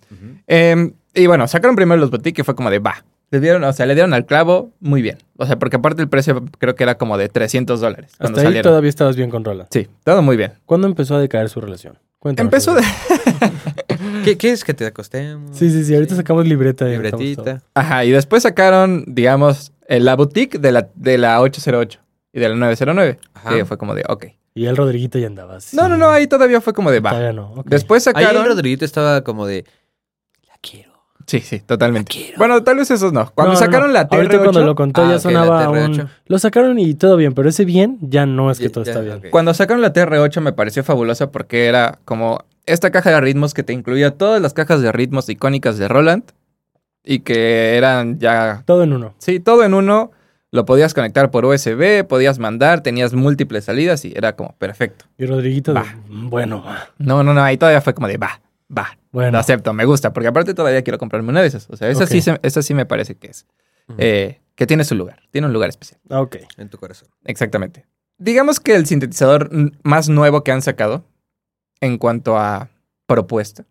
[SPEAKER 2] Eh, y bueno, sacaron primero los boutiques que fue como de va. Le dieron, o sea, le dieron al clavo muy bien. O sea, porque aparte el precio creo que era como de 300 dólares cuando
[SPEAKER 3] Hasta ahí
[SPEAKER 2] salieron.
[SPEAKER 3] todavía estabas bien con Roland.
[SPEAKER 2] Sí, todo muy bien.
[SPEAKER 3] ¿Cuándo empezó a decaer su relación? Cuéntanos.
[SPEAKER 2] Empezó de... *laughs*
[SPEAKER 1] ¿Qué, qué es que te acostemos?
[SPEAKER 3] Sí, sí, sí. Ahorita sacamos libreta. y anotamos todo.
[SPEAKER 1] Libretita.
[SPEAKER 2] Ajá, y después sacaron, digamos, eh, la boutique de la, de la 808 y de la 909.
[SPEAKER 1] Ajá.
[SPEAKER 2] Que fue como de, ok.
[SPEAKER 3] Y el Rodriguito ya andaba así.
[SPEAKER 2] No, no, no, ahí todavía fue como de va.
[SPEAKER 3] Todavía no. ok.
[SPEAKER 2] Después
[SPEAKER 1] Ahí
[SPEAKER 2] sacaron...
[SPEAKER 1] Rodriguito estaba como de. La quiero.
[SPEAKER 2] Sí, sí, totalmente. Bueno, tal vez esos no. Cuando
[SPEAKER 3] No, no,
[SPEAKER 2] sacaron
[SPEAKER 3] no.
[SPEAKER 2] la TR8...
[SPEAKER 3] Ahorita cuando lo
[SPEAKER 1] Ah,
[SPEAKER 3] contó ya
[SPEAKER 1] ok, la
[SPEAKER 3] sonaba
[SPEAKER 1] TR8.
[SPEAKER 3] un... Lo sacaron y todo bien, pero ese bien ya no es que
[SPEAKER 1] Ya-
[SPEAKER 3] todo
[SPEAKER 1] ya,
[SPEAKER 3] está bien.
[SPEAKER 1] ok.
[SPEAKER 2] Cuando sacaron la TR8 me pareció fabulosa porque era como esta caja de ritmos que te incluía todas las cajas de ritmos icónicas de Roland y que eran ya,
[SPEAKER 3] Todo en uno.
[SPEAKER 2] sí, todo en uno. Lo podías conectar por USB, podías mandar, tenías múltiples salidas y era como perfecto.
[SPEAKER 3] Y Rodriguito, de,
[SPEAKER 2] Va.
[SPEAKER 3] "Mm, bueno, va,
[SPEAKER 2] No, no, no, ahí todavía fue como de va, va, lo
[SPEAKER 3] bueno.
[SPEAKER 2] acepto, me gusta, porque aparte todavía quiero comprarme una de esas. O sea, esa,
[SPEAKER 3] Ok.
[SPEAKER 2] sí, se- esa sí me parece que es,
[SPEAKER 1] Ujú.
[SPEAKER 2] eh, que tiene su lugar, tiene un lugar especial.
[SPEAKER 3] Ah, ok.
[SPEAKER 1] En tu corazón.
[SPEAKER 2] Exactamente. Digamos que el sintetizador n- más nuevo que han sacado en cuanto a propuesta,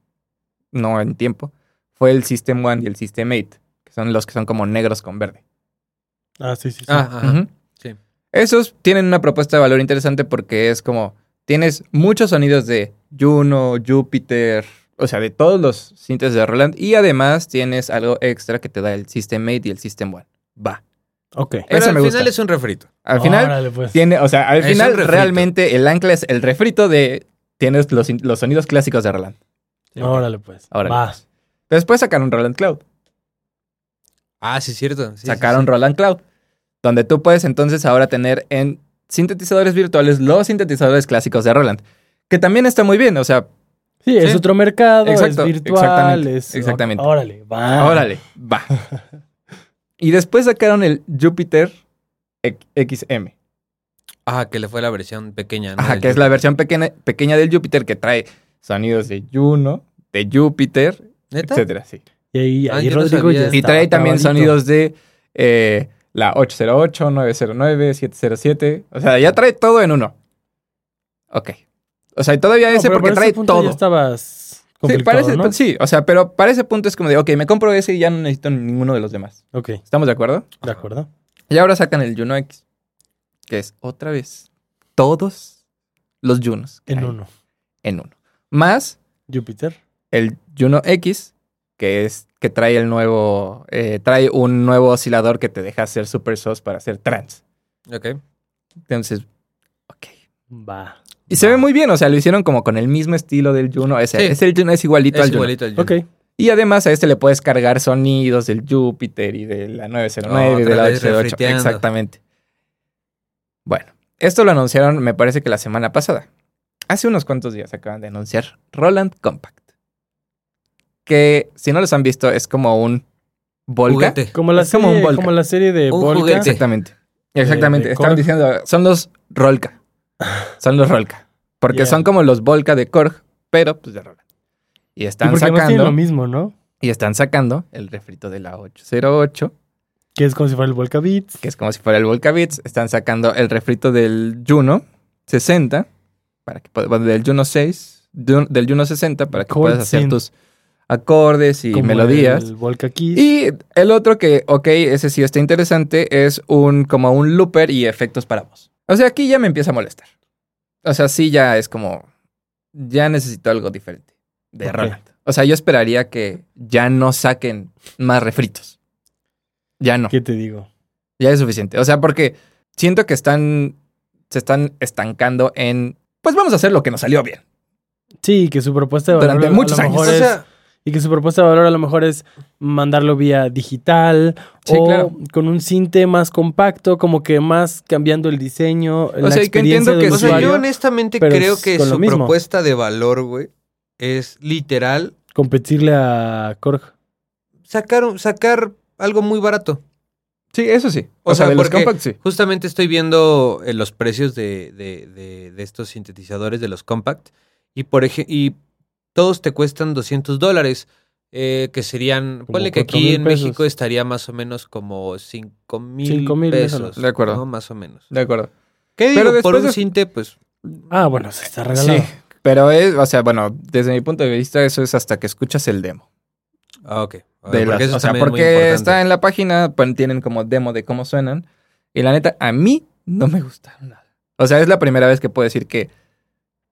[SPEAKER 2] no en tiempo, fue el System One y el System 8, que son los que son como negros con verde.
[SPEAKER 3] Ah, sí, sí, sí.
[SPEAKER 1] Ah, ajá.
[SPEAKER 2] Ujú.
[SPEAKER 1] Sí.
[SPEAKER 2] Esos tienen una propuesta de valor interesante porque es como tienes muchos sonidos de Juno, Júpiter, o sea, de todos los sintes de Roland y además tienes algo extra que te da el System 8 y el System One. Va.
[SPEAKER 3] ok.
[SPEAKER 1] Pero
[SPEAKER 2] Ese
[SPEAKER 1] al
[SPEAKER 2] me
[SPEAKER 1] final
[SPEAKER 2] gusta.
[SPEAKER 1] es un refrito.
[SPEAKER 2] Al final
[SPEAKER 3] Órale, pues.
[SPEAKER 2] tiene, o sea, al
[SPEAKER 1] Es
[SPEAKER 2] final
[SPEAKER 1] un refrito.
[SPEAKER 2] realmente el ancla es el refrito de tienes los, in- los sonidos clásicos de Roland.
[SPEAKER 3] Órale, pues.
[SPEAKER 2] Órale,
[SPEAKER 3] Va.
[SPEAKER 2] pues. Después sacaron Roland Cloud.
[SPEAKER 1] Ah, sí, cierto. Sí,
[SPEAKER 2] sacaron
[SPEAKER 1] sí,
[SPEAKER 2] Roland Cloud, donde tú puedes entonces ahora tener en sintetizadores virtuales los sintetizadores clásicos de Roland, que también está muy bien, o sea,
[SPEAKER 3] Sí, es
[SPEAKER 2] Sí.
[SPEAKER 3] otro mercado,
[SPEAKER 2] Exacto,
[SPEAKER 3] es virtual,
[SPEAKER 2] exactamente,
[SPEAKER 3] es...
[SPEAKER 2] exactamente.
[SPEAKER 3] Órale,
[SPEAKER 1] Ah.
[SPEAKER 3] va.
[SPEAKER 2] órale,
[SPEAKER 1] *laughs*
[SPEAKER 2] va. Y después sacaron el Jupiter XM.
[SPEAKER 1] sí. Ah, que le fue la versión pequeña. ¿no?
[SPEAKER 2] Ajá,
[SPEAKER 1] Del
[SPEAKER 2] que es la
[SPEAKER 1] Ah, Jupiter.
[SPEAKER 2] versión pequeña, pequeña del Júpiter que trae sonidos de Juno, de Júpiter,
[SPEAKER 1] ¿Neta?
[SPEAKER 2] etcétera, sí.
[SPEAKER 3] Y ahí,
[SPEAKER 1] Ah,
[SPEAKER 3] ahí
[SPEAKER 1] yo no
[SPEAKER 3] Rodrigo
[SPEAKER 1] sabía
[SPEAKER 3] ya
[SPEAKER 1] eso.
[SPEAKER 2] Y
[SPEAKER 3] estaba
[SPEAKER 2] trae también
[SPEAKER 3] trabadito.
[SPEAKER 2] sonidos de eh, la 808, 909, 707. O sea, ya trae todo en uno. Ok. O sea, y todavía
[SPEAKER 3] No,
[SPEAKER 2] ese
[SPEAKER 3] pero
[SPEAKER 2] porque
[SPEAKER 3] para ese
[SPEAKER 2] trae
[SPEAKER 3] punto
[SPEAKER 2] todo.
[SPEAKER 3] Ya estabas
[SPEAKER 2] Sí,
[SPEAKER 3] complicado,
[SPEAKER 2] parece-
[SPEAKER 3] ¿no?
[SPEAKER 2] sí, o sea, pero para ese punto es como de, ok, me compro ese y ya no necesito ninguno de los demás.
[SPEAKER 3] Ok,
[SPEAKER 2] ¿Estamos de acuerdo?
[SPEAKER 3] de acuerdo.
[SPEAKER 2] Y ahora sacan el Juno X, que es otra vez todos los Junos. que
[SPEAKER 3] En
[SPEAKER 2] hay
[SPEAKER 3] uno.
[SPEAKER 2] En uno. Más
[SPEAKER 3] Júpiter.
[SPEAKER 2] el Juno X, que es que trae el nuevo, eh, trae un nuevo oscilador que te deja hacer super sos para hacer trans.
[SPEAKER 1] Ok.
[SPEAKER 2] Entonces, ok.
[SPEAKER 3] Va.
[SPEAKER 2] Y se ve muy bien, o sea, lo hicieron como con el mismo estilo del Juno S.
[SPEAKER 1] Sí.
[SPEAKER 2] Ese el Juno es igualito
[SPEAKER 1] Es
[SPEAKER 2] al Juno.
[SPEAKER 1] igualito al Juno.
[SPEAKER 3] Ok,
[SPEAKER 2] Y además a este le puedes cargar sonidos del Júpiter y de la 909 y de
[SPEAKER 1] Otra
[SPEAKER 2] la
[SPEAKER 1] vez
[SPEAKER 2] 808.
[SPEAKER 1] refriteando.
[SPEAKER 2] Exactamente. Bueno, esto lo anunciaron, me parece que la semana pasada. Hace unos cuantos días acaban de anunciar Roland Compact. Que si no los han visto, es como un Volca.
[SPEAKER 1] Juguete.
[SPEAKER 3] Como la,
[SPEAKER 2] Es como un
[SPEAKER 3] serie,
[SPEAKER 2] Volca.
[SPEAKER 3] como la serie de
[SPEAKER 1] Un
[SPEAKER 3] Volca.
[SPEAKER 1] juguete.
[SPEAKER 2] Exactamente.
[SPEAKER 3] de
[SPEAKER 2] Exactamente. Están
[SPEAKER 3] Korg.
[SPEAKER 2] diciendo, son los Rolka. Son los Rolka. Porque
[SPEAKER 3] Yeah.
[SPEAKER 2] son como los Volca de Korg, pero pues de Roland. Y
[SPEAKER 3] Y
[SPEAKER 2] están
[SPEAKER 3] porque además tienen lo
[SPEAKER 2] sacando.
[SPEAKER 3] mismo, ¿no?
[SPEAKER 2] Y están sacando el refrito de la 808,
[SPEAKER 3] Que es como si fuera el Volca Beats.
[SPEAKER 2] que es como si fuera el Volca Beats. Están sacando el refrito del Juno 60, para que, pod- bueno, del Juno 6, de- del Juno 60, para que
[SPEAKER 3] Cold
[SPEAKER 2] puedas hacer
[SPEAKER 3] synth.
[SPEAKER 2] tus acordes y
[SPEAKER 3] como
[SPEAKER 2] melodías.
[SPEAKER 3] El Volca Kiss.
[SPEAKER 2] Y el otro que, ok, ese sí está interesante, es un como un looper y efectos para voz. O sea, aquí ya me empieza a molestar. O sea, sí ya es como, ya necesito algo diferente de
[SPEAKER 3] Ok.
[SPEAKER 2] Roland. O sea, yo esperaría que ya no saquen más refritos. Ya no,
[SPEAKER 3] ¿Qué te digo?
[SPEAKER 2] ya es suficiente. O sea, porque siento que están, se están estancando en, pues vamos a hacer lo que nos salió bien.
[SPEAKER 3] Sí, que su propuesta de valor
[SPEAKER 2] Durante
[SPEAKER 3] a- a
[SPEAKER 2] muchos
[SPEAKER 3] lo
[SPEAKER 2] años.
[SPEAKER 3] mejor
[SPEAKER 2] O
[SPEAKER 3] es-
[SPEAKER 2] sea-
[SPEAKER 3] y que su propuesta de valor a lo mejor es mandarlo vía digital
[SPEAKER 2] Sí,
[SPEAKER 3] o
[SPEAKER 2] claro.
[SPEAKER 3] con un cinte más compacto, como que más cambiando el diseño, la
[SPEAKER 2] sea, y que entiendo
[SPEAKER 3] experiencia del
[SPEAKER 2] que-
[SPEAKER 1] O sea,
[SPEAKER 3] usuario,
[SPEAKER 1] yo honestamente
[SPEAKER 3] pero
[SPEAKER 1] creo
[SPEAKER 3] es
[SPEAKER 1] que
[SPEAKER 3] con lo
[SPEAKER 1] su
[SPEAKER 3] mismo.
[SPEAKER 1] propuesta de valor, güey, es literal
[SPEAKER 3] competirle a Korg.
[SPEAKER 1] sacar, un- sacar algo muy barato.
[SPEAKER 2] Sí, eso sí. O,
[SPEAKER 1] O
[SPEAKER 2] sea,
[SPEAKER 1] sea,
[SPEAKER 2] de los
[SPEAKER 1] porque-
[SPEAKER 2] compacts sí.
[SPEAKER 1] Justamente estoy viendo eh, los precios de, de- de- de estos sintetizadores de los compact y por eje- y todos te cuestan 200 dólares, eh, que serían,
[SPEAKER 3] Como
[SPEAKER 1] ponle que
[SPEAKER 3] 4,000
[SPEAKER 1] aquí en
[SPEAKER 3] pesos.
[SPEAKER 1] México estaría más o menos como 5 mil
[SPEAKER 3] 5,000
[SPEAKER 1] pesos.
[SPEAKER 3] pesos.
[SPEAKER 2] De acuerdo.
[SPEAKER 1] ¿no? Más o menos.
[SPEAKER 2] De acuerdo.
[SPEAKER 1] ¿Qué
[SPEAKER 2] Pero
[SPEAKER 1] digo? por
[SPEAKER 2] después
[SPEAKER 1] un
[SPEAKER 2] de-
[SPEAKER 1] sinte, pues,
[SPEAKER 3] Ah, bueno, se está regalado.
[SPEAKER 2] Sí, pero es, o sea, bueno, desde mi punto de vista, eso es hasta que escuchas el demo.
[SPEAKER 1] ah, ok. Ah,
[SPEAKER 2] De las-
[SPEAKER 1] eso
[SPEAKER 2] o sea,
[SPEAKER 1] también es muy
[SPEAKER 2] porque
[SPEAKER 1] importante.
[SPEAKER 2] está en la página, pon- tienen como demo de cómo suenan. Y la neta, a mí no me gusta nada. O sea, es la primera vez que puedo decir que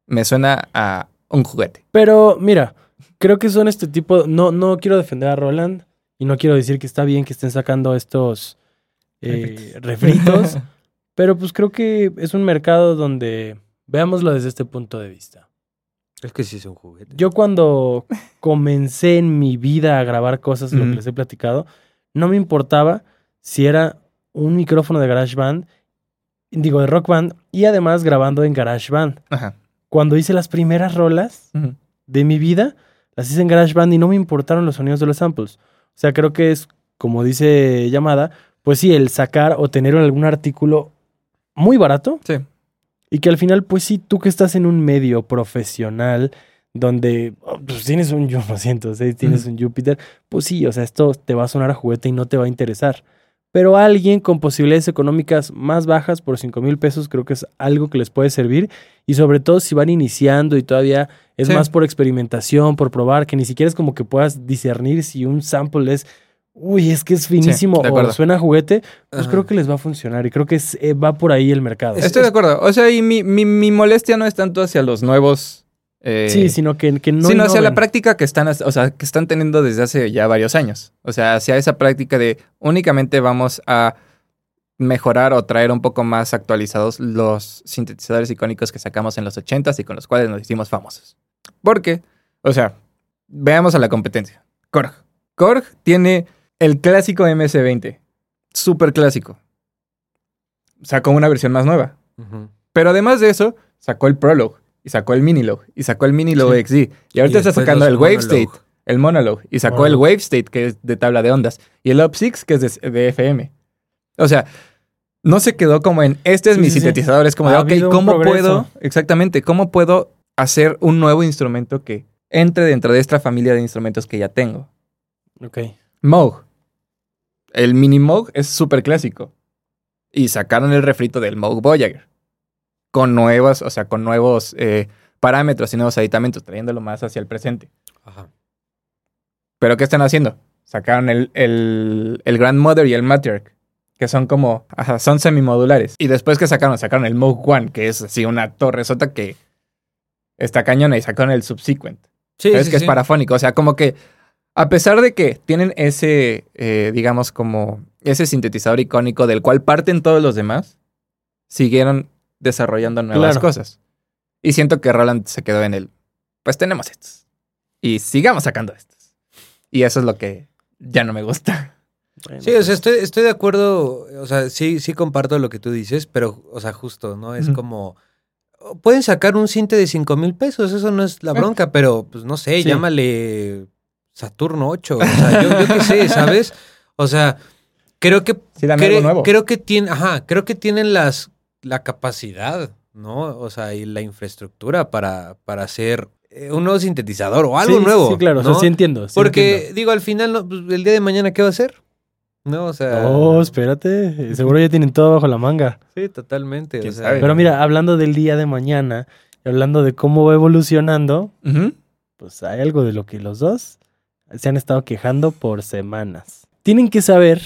[SPEAKER 2] me suena a un juguete.
[SPEAKER 3] Pero mira, creo que son este tipo. No, no quiero defender a Roland y no quiero decir que está bien que estén sacando estos eh,
[SPEAKER 2] *laughs*
[SPEAKER 3] refritos, pero pues creo que es un mercado donde veámoslo desde este punto de vista.
[SPEAKER 1] Es que sí es un juguete.
[SPEAKER 3] Yo cuando comencé en mi vida a grabar cosas, lo
[SPEAKER 2] Ujú.
[SPEAKER 3] que les he platicado, no me importaba si era un micrófono de GarageBand, digo de Rock Band, y además grabando en GarageBand.
[SPEAKER 2] Ajá.
[SPEAKER 3] Cuando hice las primeras rolas,
[SPEAKER 2] Ujú.
[SPEAKER 3] de mi vida las hice en GarageBand y no me importaron los sonidos de los samples. O sea, creo que es, como dice Llamada, pues sí, el sacar o tener algún artículo muy barato
[SPEAKER 2] Sí.
[SPEAKER 3] y que al final, pues sí, tú que estás en un medio profesional donde oh, pues, tienes un *laughs* Juno 106, tienes
[SPEAKER 2] Ujú.
[SPEAKER 3] un Júpiter, pues sí, o sea, esto te va a sonar a juguete y no te va a interesar. Pero alguien con posibilidades económicas más bajas por 5 mil pesos creo que es algo que les puede servir y sobre todo si van iniciando y todavía es
[SPEAKER 2] Sí.
[SPEAKER 3] más por experimentación, por probar, que ni siquiera es como que puedas discernir si un sample es, uy, es que es finísimo
[SPEAKER 2] de acuerdo.
[SPEAKER 3] o suena a juguete, pues
[SPEAKER 1] Ajá.
[SPEAKER 3] creo que les va a funcionar y creo que es- eh, va por ahí el mercado.
[SPEAKER 2] Estoy de acuerdo. O sea, y mi, mi- mi molestia no es tanto hacia los nuevos. eh,
[SPEAKER 3] Sí, sino que, que no.
[SPEAKER 2] sino hacia la
[SPEAKER 3] innoven.
[SPEAKER 2] práctica que están, o sea, que están teniendo desde hace ya varios años. O sea, hacia esa práctica de únicamente vamos a mejorar o traer un poco más actualizados los sintetizadores icónicos que sacamos en los 80s y con los cuales nos hicimos famosos. Porque, o sea, veamos a la competencia. Korg. Korg tiene el clásico MS-20, súper clásico. Sacó una versión más nueva.
[SPEAKER 1] Ujú.
[SPEAKER 2] Pero además de eso, sacó el Prologue y sacó el Minilog y sacó el Minilog XD. Y ahorita
[SPEAKER 1] Y
[SPEAKER 2] está
[SPEAKER 1] después
[SPEAKER 2] sacando
[SPEAKER 1] los
[SPEAKER 2] el Wave
[SPEAKER 1] Monologue.
[SPEAKER 2] State, el Monologue y sacó el
[SPEAKER 3] Monologue.
[SPEAKER 2] Wave State que es de tabla de ondas y el Up Six que es de, de FM. O sea, no se quedó como en este es
[SPEAKER 3] Sí,
[SPEAKER 2] mi
[SPEAKER 3] sí, sí.
[SPEAKER 2] sintetizador, es como
[SPEAKER 3] Ha
[SPEAKER 2] de,
[SPEAKER 3] habido
[SPEAKER 2] ok,
[SPEAKER 3] un
[SPEAKER 2] ¿cómo
[SPEAKER 3] progreso.
[SPEAKER 2] puedo? Exactamente, ¿cómo puedo hacer un nuevo instrumento que entre dentro de esta familia de instrumentos que ya tengo?
[SPEAKER 3] Ok.
[SPEAKER 2] Moog. El mini Moog es súper clásico. Y sacaron el refrito del Moog Voyager. Con nuevas, o sea, con nuevos eh, parámetros y nuevos aditamentos, trayéndolo más hacia el presente.
[SPEAKER 1] Ajá.
[SPEAKER 2] Pero ¿qué están haciendo? Sacaron el, el, el Grandmother y el Matriarch, que son como, ajá, son semimodulares. Y después que sacaron, sacaron el Moog One, que es así una torre sota que está cañona, y sacaron el Subsequent.
[SPEAKER 1] Sí,
[SPEAKER 2] ¿Sabes?
[SPEAKER 1] sí,
[SPEAKER 2] que
[SPEAKER 1] sí.
[SPEAKER 2] es parafónico. O sea, como que a pesar de que tienen ese, eh, digamos, como ese sintetizador icónico del cual parten todos los demás, siguieron desarrollando nuevas
[SPEAKER 3] Claro.
[SPEAKER 2] cosas. Y siento que Roland se quedó en el, pues tenemos estos. Y sigamos sacando estos. Y eso es lo que ya no me gusta.
[SPEAKER 3] Bueno, pues.
[SPEAKER 1] Sí, o sea, estoy, estoy de acuerdo, o sea, sí, sí comparto lo que tú dices, pero, o sea, justo, ¿no? Es
[SPEAKER 2] Ujú.
[SPEAKER 1] como, pueden sacar un cinte de 5 mil pesos, eso no es la bronca, pero, pues, no sé,
[SPEAKER 2] Sí.
[SPEAKER 1] llámale Saturno 8, o sea, yo, yo qué sé, ¿sabes? O sea, creo que...
[SPEAKER 2] Sí, dame
[SPEAKER 1] cre-
[SPEAKER 2] algo nuevo.
[SPEAKER 1] Creo que tienen, ajá, creo que tienen las, la capacidad, ¿no? O sea, y la infraestructura para, para hacer eh, un nuevo sintetizador o algo
[SPEAKER 3] sí,
[SPEAKER 1] nuevo.
[SPEAKER 3] Sí, claro, o sea,
[SPEAKER 1] ¿no?
[SPEAKER 3] sí entiendo. sí
[SPEAKER 1] Porque,
[SPEAKER 3] entiendo.
[SPEAKER 1] digo, al final, no, pues, el día de mañana, ¿qué va a hacer? No, o sea.
[SPEAKER 3] Oh, espérate. Seguro ya tienen todo bajo la manga.
[SPEAKER 1] sí, totalmente. o
[SPEAKER 2] ¿Quién
[SPEAKER 1] sea,
[SPEAKER 2] sabe?
[SPEAKER 3] Pero mira, hablando del día de mañana y hablando de cómo va evolucionando,
[SPEAKER 2] Ujú.
[SPEAKER 3] pues hay algo de lo que los dos se han estado quejando por semanas. Tienen que saber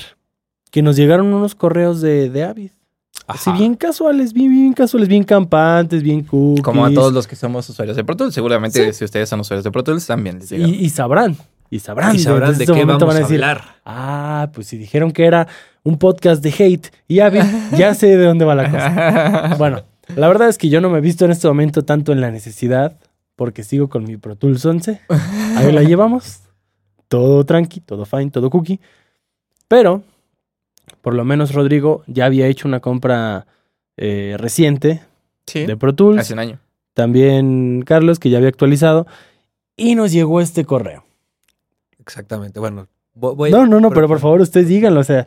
[SPEAKER 3] que nos llegaron unos correos de, de Avid. Así
[SPEAKER 1] ajá.
[SPEAKER 3] bien casuales, bien, bien casuales, bien campantes, bien cookies.
[SPEAKER 2] Como a todos los que somos usuarios de Pro Tools. Seguramente si ustedes son usuarios de Pro Tools también les llega.
[SPEAKER 3] Y, y sabrán. Y sabrán.
[SPEAKER 1] Y sabrán
[SPEAKER 3] Entonces,
[SPEAKER 1] de
[SPEAKER 3] en ese
[SPEAKER 1] qué
[SPEAKER 3] momento
[SPEAKER 1] vamos a
[SPEAKER 3] van decir,
[SPEAKER 1] hablar.
[SPEAKER 3] Ah, pues si dijeron que era un podcast de hate y Avid, ya sé de dónde va
[SPEAKER 2] *laughs*
[SPEAKER 3] la cosa. Bueno, la verdad es que yo no me he visto en este momento tanto en la necesidad, porque sigo con mi Pro Tools 11. Ahí la llevamos. Todo tranqui, todo fine, todo cookie. Pero, por lo menos Rodrigo ya había hecho una compra eh, reciente
[SPEAKER 2] sí.
[SPEAKER 3] de Pro Tools.
[SPEAKER 2] Hace un año.
[SPEAKER 3] También Carlos, que ya había actualizado. Y nos llegó este correo.
[SPEAKER 1] Exactamente. Bueno, vo- voy-
[SPEAKER 3] No, no, no,
[SPEAKER 1] por-
[SPEAKER 3] pero por favor, ustedes díganlo. O sea,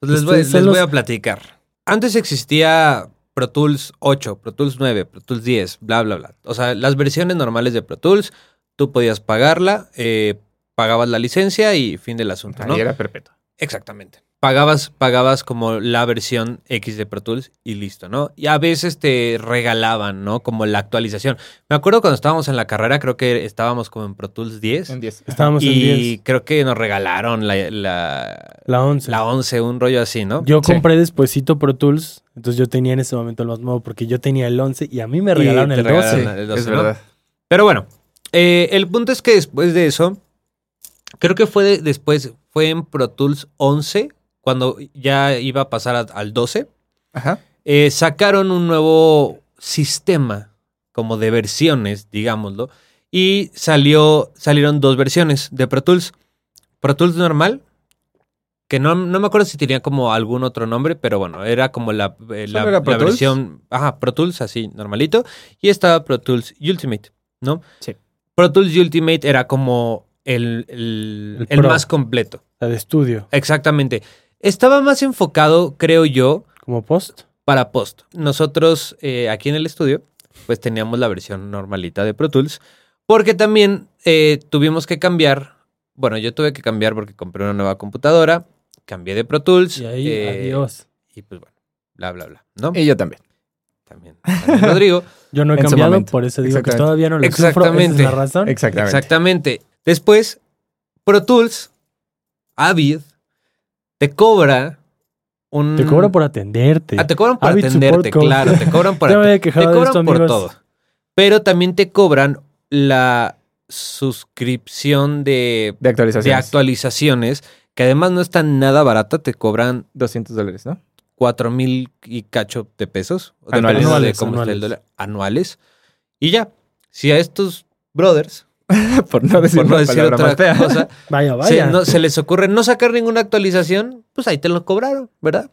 [SPEAKER 1] pues les, voy,
[SPEAKER 3] ustedes
[SPEAKER 1] les
[SPEAKER 3] son
[SPEAKER 1] voy
[SPEAKER 3] los-
[SPEAKER 1] a platicar. Antes existía Pro Tools 8, Pro Tools 9, Pro Tools 10, bla, bla, bla. O sea, las versiones normales de Pro Tools, tú podías pagarla, eh, pagabas la licencia y fin del asunto, ¿no?
[SPEAKER 2] Ahí era perpetuo.
[SPEAKER 1] Exactamente. Pagabas, pagabas como la versión X de Pro Tools y listo, ¿no? Y a veces te regalaban, ¿no? Como la actualización. Me acuerdo cuando estábamos en la carrera, creo que estábamos como en Pro Tools 10.
[SPEAKER 2] Un 10.
[SPEAKER 3] estábamos en
[SPEAKER 1] Y
[SPEAKER 3] 10,
[SPEAKER 1] creo que nos regalaron la, la,
[SPEAKER 3] la 11.
[SPEAKER 1] la 11, un rollo así, ¿no?
[SPEAKER 3] Yo
[SPEAKER 2] Sí.
[SPEAKER 3] compré despuésito Pro Tools, entonces yo tenía en ese momento el más nuevo porque yo tenía el 11 y a mí me
[SPEAKER 1] Y
[SPEAKER 3] regalaron
[SPEAKER 1] te
[SPEAKER 3] el
[SPEAKER 1] regalaron
[SPEAKER 3] 12.
[SPEAKER 1] el- el
[SPEAKER 2] es
[SPEAKER 1] 12, ¿no?
[SPEAKER 2] verdad.
[SPEAKER 1] Pero bueno, eh, el punto es que después de eso, creo que fue de- después, fue en Pro Tools 11, cuando ya iba a pasar a- al 12.
[SPEAKER 2] Ajá.
[SPEAKER 1] eh, sacaron un nuevo sistema como de versiones, digámoslo, y salió, salieron dos versiones de Pro Tools. Pro Tools normal, que no, no me acuerdo si tenía como algún otro nombre, pero bueno, era como la, eh, la-
[SPEAKER 2] ¿Solo era Pro
[SPEAKER 1] la
[SPEAKER 2] Tools?
[SPEAKER 1] versión, ajá, Pro Tools así, normalito, y estaba Pro Tools Ultimate, ¿no?
[SPEAKER 2] Sí.
[SPEAKER 1] Pro Tools Ultimate era como el, el-
[SPEAKER 3] El
[SPEAKER 1] el
[SPEAKER 3] Pro.
[SPEAKER 1] más completo,
[SPEAKER 3] La de estudio,
[SPEAKER 1] exactamente. Estaba más enfocado, creo yo,
[SPEAKER 3] como post.
[SPEAKER 1] para post. Nosotros eh, aquí en el estudio, pues teníamos la versión normalita de Pro Tools, porque también eh, tuvimos que cambiar. Bueno, yo tuve que cambiar porque compré una nueva computadora, cambié de Pro Tools.
[SPEAKER 3] Y ahí,
[SPEAKER 1] eh,
[SPEAKER 3] adiós.
[SPEAKER 1] Y pues bueno, bla, bla, bla, ¿no?
[SPEAKER 2] Y yo también.
[SPEAKER 1] También, también
[SPEAKER 3] *laughs*
[SPEAKER 1] Rodrigo.
[SPEAKER 3] Yo no he
[SPEAKER 2] en su
[SPEAKER 3] cambiado,
[SPEAKER 2] momento.
[SPEAKER 3] por eso digo que
[SPEAKER 2] Exactamente.
[SPEAKER 3] todavía no lo sufro. Esa es
[SPEAKER 1] Exactamente.
[SPEAKER 3] la razón.
[SPEAKER 2] Exactamente.
[SPEAKER 1] Exactamente. Después, Pro Tools, Avid, te cobra un...
[SPEAKER 3] Te cobro por atenderte.
[SPEAKER 1] Mm. Ah, te cobran por
[SPEAKER 3] Avid
[SPEAKER 1] atenderte,
[SPEAKER 3] Support Co.
[SPEAKER 1] claro, te cobran por
[SPEAKER 3] *laughs* Ya me había
[SPEAKER 1] atenderte. Te
[SPEAKER 3] quejado de
[SPEAKER 1] cobran
[SPEAKER 3] esto,
[SPEAKER 1] por
[SPEAKER 3] amigos.
[SPEAKER 1] todo. Pero también te cobran la suscripción de,
[SPEAKER 2] De
[SPEAKER 1] de
[SPEAKER 2] actualizaciones.
[SPEAKER 1] actualizaciones, que además no es tan nada barata, te cobran
[SPEAKER 2] 200 dólares, ¿no? *laughs*
[SPEAKER 1] cuatro mil y cacho de pesos.
[SPEAKER 2] Anuales.
[SPEAKER 1] dependiendo de
[SPEAKER 3] Anuales,
[SPEAKER 1] cómo esté el
[SPEAKER 3] anuales.
[SPEAKER 1] dólar, anuales. Y ya, si a estos brothers,
[SPEAKER 2] Por no decir,
[SPEAKER 1] por no
[SPEAKER 2] una
[SPEAKER 1] decir
[SPEAKER 2] palabra
[SPEAKER 1] otra
[SPEAKER 2] más fea.
[SPEAKER 1] cosa,
[SPEAKER 3] Vaya,
[SPEAKER 1] se,
[SPEAKER 3] vaya.
[SPEAKER 1] no- se les ocurre no sacar ninguna actualización, pues ahí te lo cobraron, ¿verdad?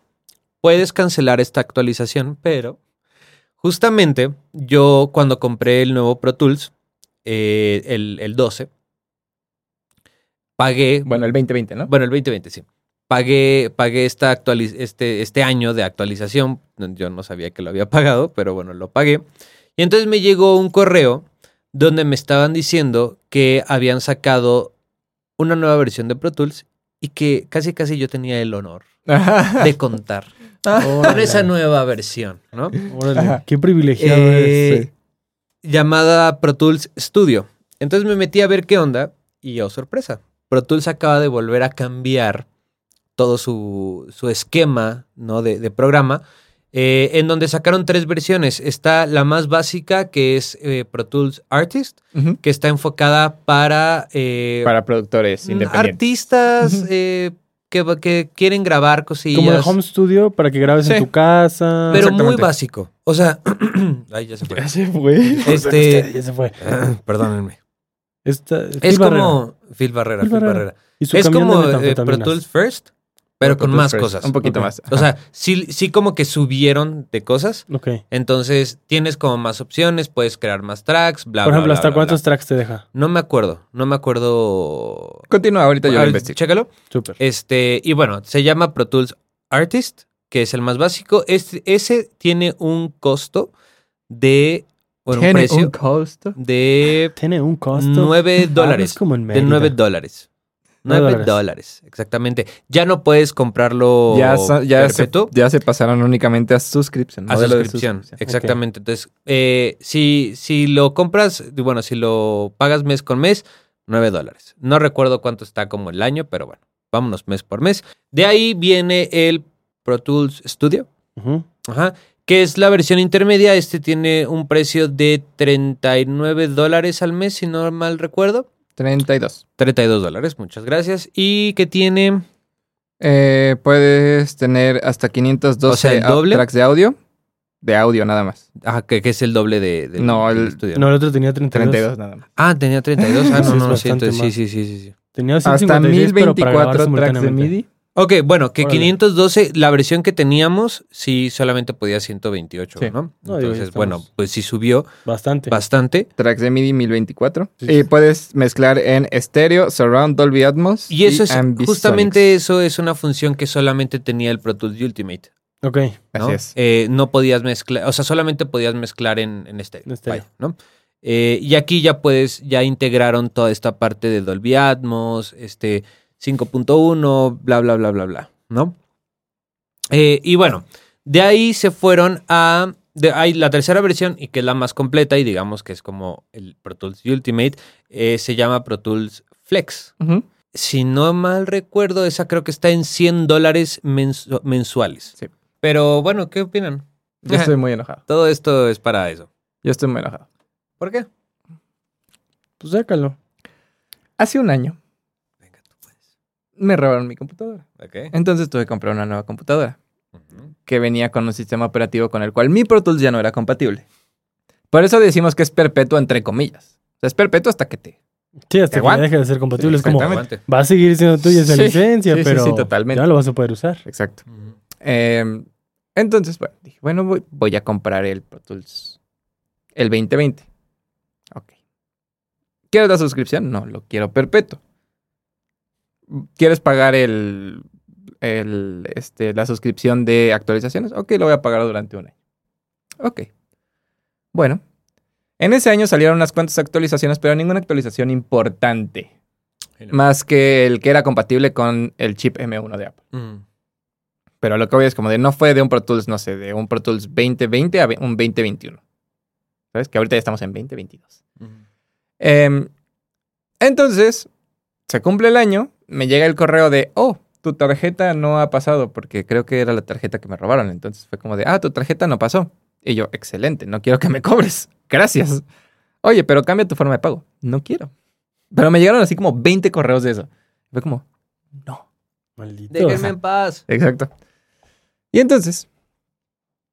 [SPEAKER 1] Puedes cancelar esta actualización, pero justamente yo cuando compré el nuevo Pro Tools, eh, el, el 12, pagué,
[SPEAKER 2] Bueno, el 2020, ¿no?
[SPEAKER 1] bueno, el 2020, sí. Pagué, pagué esta actualiz- este, este año de actualización. Yo no sabía que lo había pagado, pero bueno, lo pagué. Y entonces me llegó un correo donde me estaban diciendo que habían sacado una nueva versión de Pro Tools y que casi casi yo tenía el honor de contar con
[SPEAKER 3] Órale,
[SPEAKER 1] esa nueva versión, ¿no?
[SPEAKER 3] órale.
[SPEAKER 2] Ajá.
[SPEAKER 3] Qué privilegiado
[SPEAKER 1] Eh,
[SPEAKER 3] eres.
[SPEAKER 1] llamada Pro Tools Studio. Entonces me metí a ver qué onda y oh sorpresa, Pro Tools acaba de volver a cambiar todo su, su esquema ¿no? de, de programa, eh, en donde sacaron tres versiones. Está la más básica que es eh, Pro Tools Artist,
[SPEAKER 2] Ujú.
[SPEAKER 1] que está enfocada para, eh,
[SPEAKER 2] Para productores
[SPEAKER 1] mm,
[SPEAKER 2] independientes.
[SPEAKER 1] artistas
[SPEAKER 2] Ujú.
[SPEAKER 1] eh, que, que quieren grabar cosillas.
[SPEAKER 3] Como de home studio para que grabes en
[SPEAKER 2] Sí.
[SPEAKER 3] tu casa.
[SPEAKER 1] pero muy
[SPEAKER 2] Exactamente.
[SPEAKER 1] básico. O sea, *clears throat* ay, ya se fue.
[SPEAKER 2] *clears throat* Gracias, güey.
[SPEAKER 1] Este,
[SPEAKER 3] Ya se fue.
[SPEAKER 1] Perdónenme.
[SPEAKER 3] Esta-
[SPEAKER 1] Es
[SPEAKER 3] Phil Barrera.
[SPEAKER 1] como Phil Barrera.
[SPEAKER 3] Phil
[SPEAKER 1] Phil
[SPEAKER 3] Barrera.
[SPEAKER 1] Barrera.
[SPEAKER 3] Y su
[SPEAKER 1] Es
[SPEAKER 3] camión
[SPEAKER 1] como
[SPEAKER 3] de
[SPEAKER 1] eh,
[SPEAKER 3] metanfetaminas.
[SPEAKER 1] Pro Tools First, pero con más
[SPEAKER 2] Entonces,
[SPEAKER 1] cosas.
[SPEAKER 2] Un poquito
[SPEAKER 3] Ok.
[SPEAKER 2] más.
[SPEAKER 1] O sea, sí, sí como que subieron de cosas.
[SPEAKER 3] Ok.
[SPEAKER 1] Entonces tienes como más opciones, puedes crear más tracks, bla,
[SPEAKER 3] Por
[SPEAKER 1] bla,
[SPEAKER 3] ejemplo,
[SPEAKER 1] bla,
[SPEAKER 3] ¿hasta
[SPEAKER 1] bla,
[SPEAKER 3] cuántos
[SPEAKER 1] bla.
[SPEAKER 3] tracks te deja?
[SPEAKER 1] No me acuerdo, no me acuerdo.
[SPEAKER 2] Continúa, ahorita
[SPEAKER 1] A
[SPEAKER 2] yo lo
[SPEAKER 1] ver,
[SPEAKER 2] investigo.
[SPEAKER 1] Chécalo.
[SPEAKER 3] Súper.
[SPEAKER 1] Este, y bueno, se llama Pro Tools Artist, que es el más básico. Este- ese tiene un costo de, bueno, un precio
[SPEAKER 2] costo?
[SPEAKER 1] de
[SPEAKER 3] Tiene un costo.
[SPEAKER 1] 9
[SPEAKER 3] Hablas
[SPEAKER 1] dólares.
[SPEAKER 3] Ah, pues como en
[SPEAKER 1] De 9
[SPEAKER 3] Mérida.
[SPEAKER 1] dólares.
[SPEAKER 3] Nueve
[SPEAKER 1] 9
[SPEAKER 3] dólares.
[SPEAKER 1] dólares, exactamente. Ya no puedes comprarlo
[SPEAKER 2] Ya, son- ya, se,
[SPEAKER 1] perpetuo
[SPEAKER 2] ya se pasaron únicamente a suscripción.
[SPEAKER 1] a
[SPEAKER 2] modelo de
[SPEAKER 1] suscripción. Exactamente. Entonces, eh, si, si lo compras, bueno, si lo pagas mes con mes, 9 dólares. No recuerdo cuánto está como el año, pero bueno, vámonos mes por mes. De ahí viene el Pro Tools Studio,
[SPEAKER 3] Ujú.
[SPEAKER 1] ajá, que es la versión intermedia. Este tiene un precio de 39 dólares al mes, si no mal recuerdo.
[SPEAKER 2] 32.
[SPEAKER 1] 32 dólares, muchas gracias. Y que tiene
[SPEAKER 2] Eh, puedes tener hasta 512
[SPEAKER 1] O sea, ¿el
[SPEAKER 2] au-
[SPEAKER 1] doble?
[SPEAKER 2] tracks de audio. De audio nada más.
[SPEAKER 1] Ah, que, que es el doble de, del,
[SPEAKER 2] No,
[SPEAKER 1] del
[SPEAKER 2] el-
[SPEAKER 1] estudio.
[SPEAKER 3] No, el otro tenía 32.
[SPEAKER 2] 32 nada más.
[SPEAKER 1] Ah, tenía 32. Ah,
[SPEAKER 3] Sí,
[SPEAKER 1] no,
[SPEAKER 3] es
[SPEAKER 1] no, no, sí,
[SPEAKER 3] bastante
[SPEAKER 1] entonces, sí,
[SPEAKER 3] más.
[SPEAKER 1] sí, sí, sí, sí.
[SPEAKER 3] Tenía
[SPEAKER 2] Hasta
[SPEAKER 3] 156, pero para grabar
[SPEAKER 2] 1024 tracks de
[SPEAKER 3] simultáneamente.
[SPEAKER 2] MIDI.
[SPEAKER 1] Ok, bueno, que
[SPEAKER 3] Órale.
[SPEAKER 1] 512, la versión que teníamos, sí solamente podía 128,
[SPEAKER 2] Sí.
[SPEAKER 1] ¿no?
[SPEAKER 3] No, digo, ya
[SPEAKER 1] Entonces,
[SPEAKER 3] estamos-
[SPEAKER 1] bueno, pues sí subió
[SPEAKER 3] Bastante.
[SPEAKER 1] bastante.
[SPEAKER 2] Tracks de MIDI 1024.
[SPEAKER 3] Sí,
[SPEAKER 2] Y
[SPEAKER 3] sí.
[SPEAKER 2] puedes mezclar en estéreo, surround, Dolby Atmos.
[SPEAKER 1] Y eso es,
[SPEAKER 2] ambisonics.
[SPEAKER 1] justamente eso es una función que solamente tenía el Pro Tools Ultimate,
[SPEAKER 3] ok.
[SPEAKER 1] ¿no?
[SPEAKER 2] Así es.
[SPEAKER 1] Eh, no podías mezclar, o sea, solamente podías mezclar en, en estéreo,
[SPEAKER 3] En
[SPEAKER 2] este
[SPEAKER 3] estéreo.
[SPEAKER 1] vaya, ¿no? Eh, y aquí ya puedes, ya integraron toda esta parte de Dolby Atmos, este 5.1, bla, bla, bla, bla, bla, ¿no? Eh, y bueno, de ahí se fueron a. de- hay la tercera versión y que es la más completa y digamos que es como el Pro Tools Ultimate, eh, se llama Pro Tools Flex.
[SPEAKER 2] Ujú.
[SPEAKER 1] Si no mal recuerdo, esa creo que está en 100 dólares mensu- mensuales.
[SPEAKER 2] Sí.
[SPEAKER 1] Pero bueno, ¿qué opinan?
[SPEAKER 2] Yo estoy muy enojado.
[SPEAKER 1] Todo esto es para eso.
[SPEAKER 2] Yo estoy muy enojado.
[SPEAKER 1] ¿Por qué?
[SPEAKER 3] Pues sácalo.
[SPEAKER 2] Hace un año
[SPEAKER 1] Venga, tú pues. puedes.
[SPEAKER 2] me robaron mi computadora.
[SPEAKER 1] Ok.
[SPEAKER 2] Entonces tuve que comprar una nueva computadora.
[SPEAKER 1] Ujú.
[SPEAKER 2] que venía con un sistema operativo con el cual mi Pro Tools ya no era compatible. Por eso decimos que es perpetuo entre comillas. O sea, es perpetuo hasta que te...
[SPEAKER 3] Sí, hasta que ya
[SPEAKER 2] Aguanta.
[SPEAKER 3] deje de ser compatible. es como,
[SPEAKER 2] Exactamente.
[SPEAKER 1] Aguante.
[SPEAKER 3] va a seguir siendo tuya esa
[SPEAKER 2] Sí,
[SPEAKER 3] licencia,
[SPEAKER 2] sí, sí,
[SPEAKER 3] pero
[SPEAKER 2] sí, totalmente.
[SPEAKER 3] ya lo vas a poder usar.
[SPEAKER 2] Exacto.
[SPEAKER 1] Ujú.
[SPEAKER 2] Em, entonces, bueno, dije, bueno, voy, voy a comprar el Pro Tools el 2020. Ok. ¿Quieres la suscripción? No, lo quiero perpetuo. ¿Quieres pagar el, el, este, la suscripción de actualizaciones? Ok, lo voy a pagar durante un año. Ok. Bueno. En ese año salieron unas cuantas actualizaciones, pero ninguna actualización importante. Más que el que era compatible con el chip M1 de Apple.
[SPEAKER 1] Ujú.
[SPEAKER 2] Pero lo que voy es como de no fue de un Pro Tools, no sé, de un Pro Tools 2020 a ve- un 2021. ¿Sabes? Que ahorita ya estamos en 2022.
[SPEAKER 1] Ujú.
[SPEAKER 2] Em, entonces, se cumple el año, me llega el correo de, oh, tu tarjeta no ha pasado, porque creo que era la tarjeta que me robaron. Entonces fue como de, ah, tu tarjeta no pasó. Y yo, excelente, no quiero que me cobres. Gracias. Oye, pero cambia tu forma de pago. No quiero. Pero me llegaron así como 20 correos de eso. Fue como, no.
[SPEAKER 3] Maldito.
[SPEAKER 1] Déjenme en paz.
[SPEAKER 2] Exacto. Y entonces,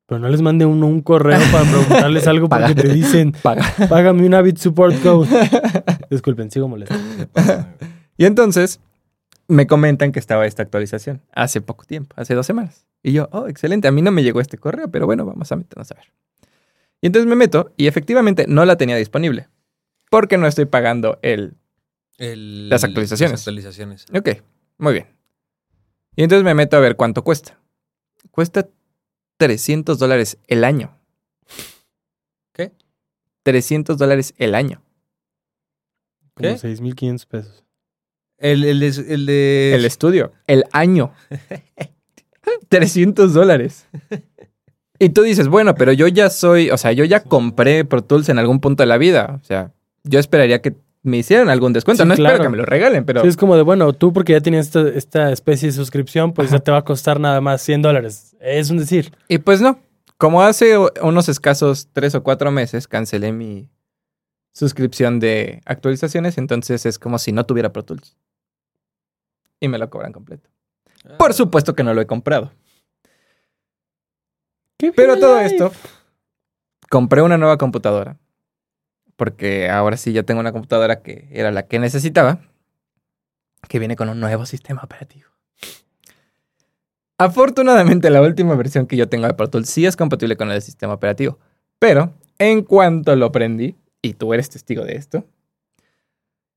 [SPEAKER 3] Pero no les mande uno un correo para
[SPEAKER 2] *laughs*
[SPEAKER 3] preguntarles algo porque
[SPEAKER 2] Paga.
[SPEAKER 3] te dicen,
[SPEAKER 2] paga.
[SPEAKER 3] págame un Avid Support
[SPEAKER 2] *laughs*
[SPEAKER 3] Code. Disculpen, sigo molesto.
[SPEAKER 2] Y entonces me comentan que estaba esta actualización hace poco tiempo, hace dos semanas. Y yo, oh, excelente, a mí no me llegó este correo, pero bueno, vamos a meternos a ver. Y entonces me meto y efectivamente no la tenía disponible porque no estoy pagando el...
[SPEAKER 1] El-
[SPEAKER 2] Las actualizaciones.
[SPEAKER 1] Las actualizaciones.
[SPEAKER 2] Ok, muy bien. Y entonces me meto a ver cuánto cuesta. Cuesta 300 dólares el año.
[SPEAKER 1] ¿Qué?
[SPEAKER 2] 300 dólares el año.
[SPEAKER 3] Como
[SPEAKER 1] ¿Qué?
[SPEAKER 3] 6.500 pesos.
[SPEAKER 1] El, el, de- el de.
[SPEAKER 2] El estudio. El *laughs* año. 300 dólares. Y tú dices, bueno, pero yo ya soy, o sea, yo ya compré Pro Tools en algún punto de la vida. O sea, yo esperaría que me hicieran algún descuento.
[SPEAKER 3] Sí,
[SPEAKER 2] no
[SPEAKER 3] claro.
[SPEAKER 2] espero que me lo regalen, pero
[SPEAKER 3] Sí, es como de, bueno, tú porque ya tienes esta, esta especie de suscripción, pues ya te va a costar nada más 100 dólares. Es un decir.
[SPEAKER 2] Y pues no. Como hace o- unos escasos tres o cuatro meses cancelé mi suscripción de actualizaciones, entonces es como si no tuviera Pro Tools. Y me lo cobran completo.
[SPEAKER 1] Ah.
[SPEAKER 2] Por supuesto que no lo he comprado.
[SPEAKER 3] ¡Qué
[SPEAKER 2] Pero
[SPEAKER 3] vida
[SPEAKER 2] todo
[SPEAKER 3] life!
[SPEAKER 2] esto, compré una nueva computadora. porque ahora sí ya tengo una computadora que era la que necesitaba, que viene con un nuevo sistema operativo. Afortunadamente, la última versión que yo tengo de Pro Tools sí es compatible con el sistema operativo, pero en cuanto lo prendí, y tú eres testigo de esto,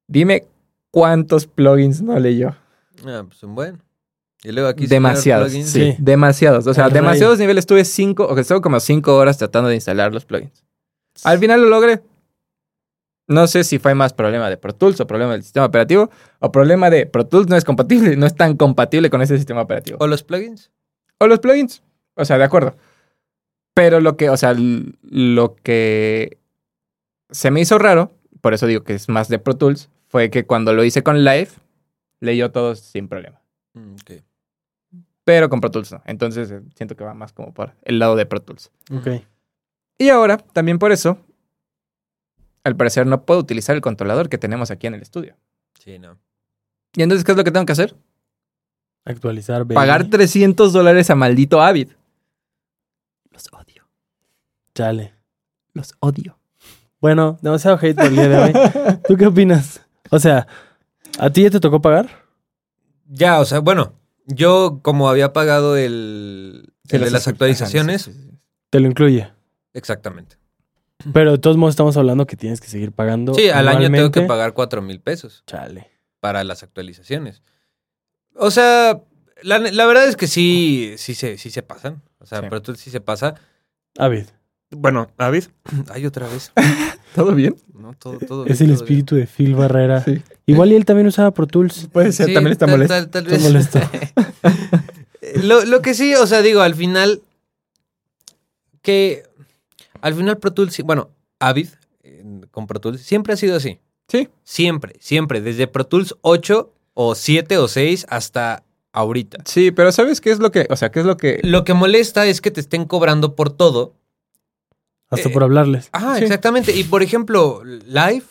[SPEAKER 2] dime cuántos plugins no leyó.
[SPEAKER 1] Ah, pues un buen. Y luego aquí se
[SPEAKER 2] Demasiados,
[SPEAKER 1] ponen
[SPEAKER 2] sí,
[SPEAKER 1] plugins.
[SPEAKER 3] Sí.
[SPEAKER 2] demasiados. O sea,
[SPEAKER 3] Array.
[SPEAKER 2] demasiados niveles. Tuve cinco, o que estuve como cinco horas tratando de instalar los plugins. Al final lo logré. No sé si fue más problema de Pro Tools o problema del sistema operativo o problema de Pro Tools no es compatible, *laughs* no es tan compatible con ese sistema operativo.
[SPEAKER 1] O los plugins.
[SPEAKER 2] O los plugins. O sea, de acuerdo. Pero lo que, o sea, l- lo que se me hizo raro, por eso digo que es más de Pro Tools, fue que cuando lo hice con Live, leyó todos sin problema.
[SPEAKER 1] Mm, ok.
[SPEAKER 2] Pero con Pro Tools no. Entonces eh, siento que va más como por el lado de Pro Tools.
[SPEAKER 3] Ok.
[SPEAKER 2] Y ahora, también por eso, al parecer no puedo utilizar el controlador que tenemos aquí en el estudio.
[SPEAKER 1] Sí, no.
[SPEAKER 2] ¿Y entonces qué es lo que tengo que hacer?
[SPEAKER 3] Actualizar. baby.
[SPEAKER 2] Pagar 300 dólares a maldito Avid. Los odio.
[SPEAKER 3] Chale.
[SPEAKER 2] Los odio.
[SPEAKER 3] Bueno, demasiado hate por el día de hoy. ¿Tú qué opinas? O sea, ¿a ti ya te tocó pagar?
[SPEAKER 1] Ya, o sea, bueno, yo como había pagado el, el de las actualizaciones,
[SPEAKER 2] Ajá, Ah, sí, sí, sí.
[SPEAKER 3] Te lo incluye.
[SPEAKER 1] exactamente.
[SPEAKER 3] Pero de todos modos estamos hablando que tienes que seguir pagando.
[SPEAKER 1] Sí, al año tengo que
[SPEAKER 3] anualmente.
[SPEAKER 1] pagar cuatro mil pesos.
[SPEAKER 3] Chale.
[SPEAKER 1] para las actualizaciones. O sea, la, la verdad es que sí, sí se, sí se pasan. O sea,
[SPEAKER 2] Sí.
[SPEAKER 1] pero tú sí se pasa.
[SPEAKER 3] Avid,
[SPEAKER 1] Bueno, David. Ay, otra vez.
[SPEAKER 2] ¿Todo bien?
[SPEAKER 1] No, todo, todo
[SPEAKER 3] *laughs* es
[SPEAKER 1] bien,
[SPEAKER 3] el
[SPEAKER 1] todo bien.
[SPEAKER 3] espíritu de Phil Barrera.
[SPEAKER 2] Sí.
[SPEAKER 3] Igual y él también usaba
[SPEAKER 1] *laughs*
[SPEAKER 3] Pro Tools.
[SPEAKER 2] Puede ser,
[SPEAKER 1] Sí,
[SPEAKER 2] también está
[SPEAKER 1] tal-
[SPEAKER 2] molesto.
[SPEAKER 1] tal- tal
[SPEAKER 3] Está
[SPEAKER 1] vez.
[SPEAKER 3] molesto.
[SPEAKER 1] lo, lo que sí, o sea, digo, al final. Que. Al final Pro Tools. sí- Bueno, Avid eh, con Pro Tools siempre ha sido así.
[SPEAKER 2] Sí.
[SPEAKER 1] Siempre, siempre. Desde Pro Tools 8 o 7 o 6 hasta ahorita.
[SPEAKER 2] Sí, pero ¿sabes qué es lo que, o sea, qué es lo que...
[SPEAKER 1] Lo que molesta es que te estén cobrando por todo.
[SPEAKER 3] Hasta
[SPEAKER 1] Eh,
[SPEAKER 3] por hablarles.
[SPEAKER 1] Ah,
[SPEAKER 2] Sí.
[SPEAKER 1] exactamente. Y por ejemplo, Live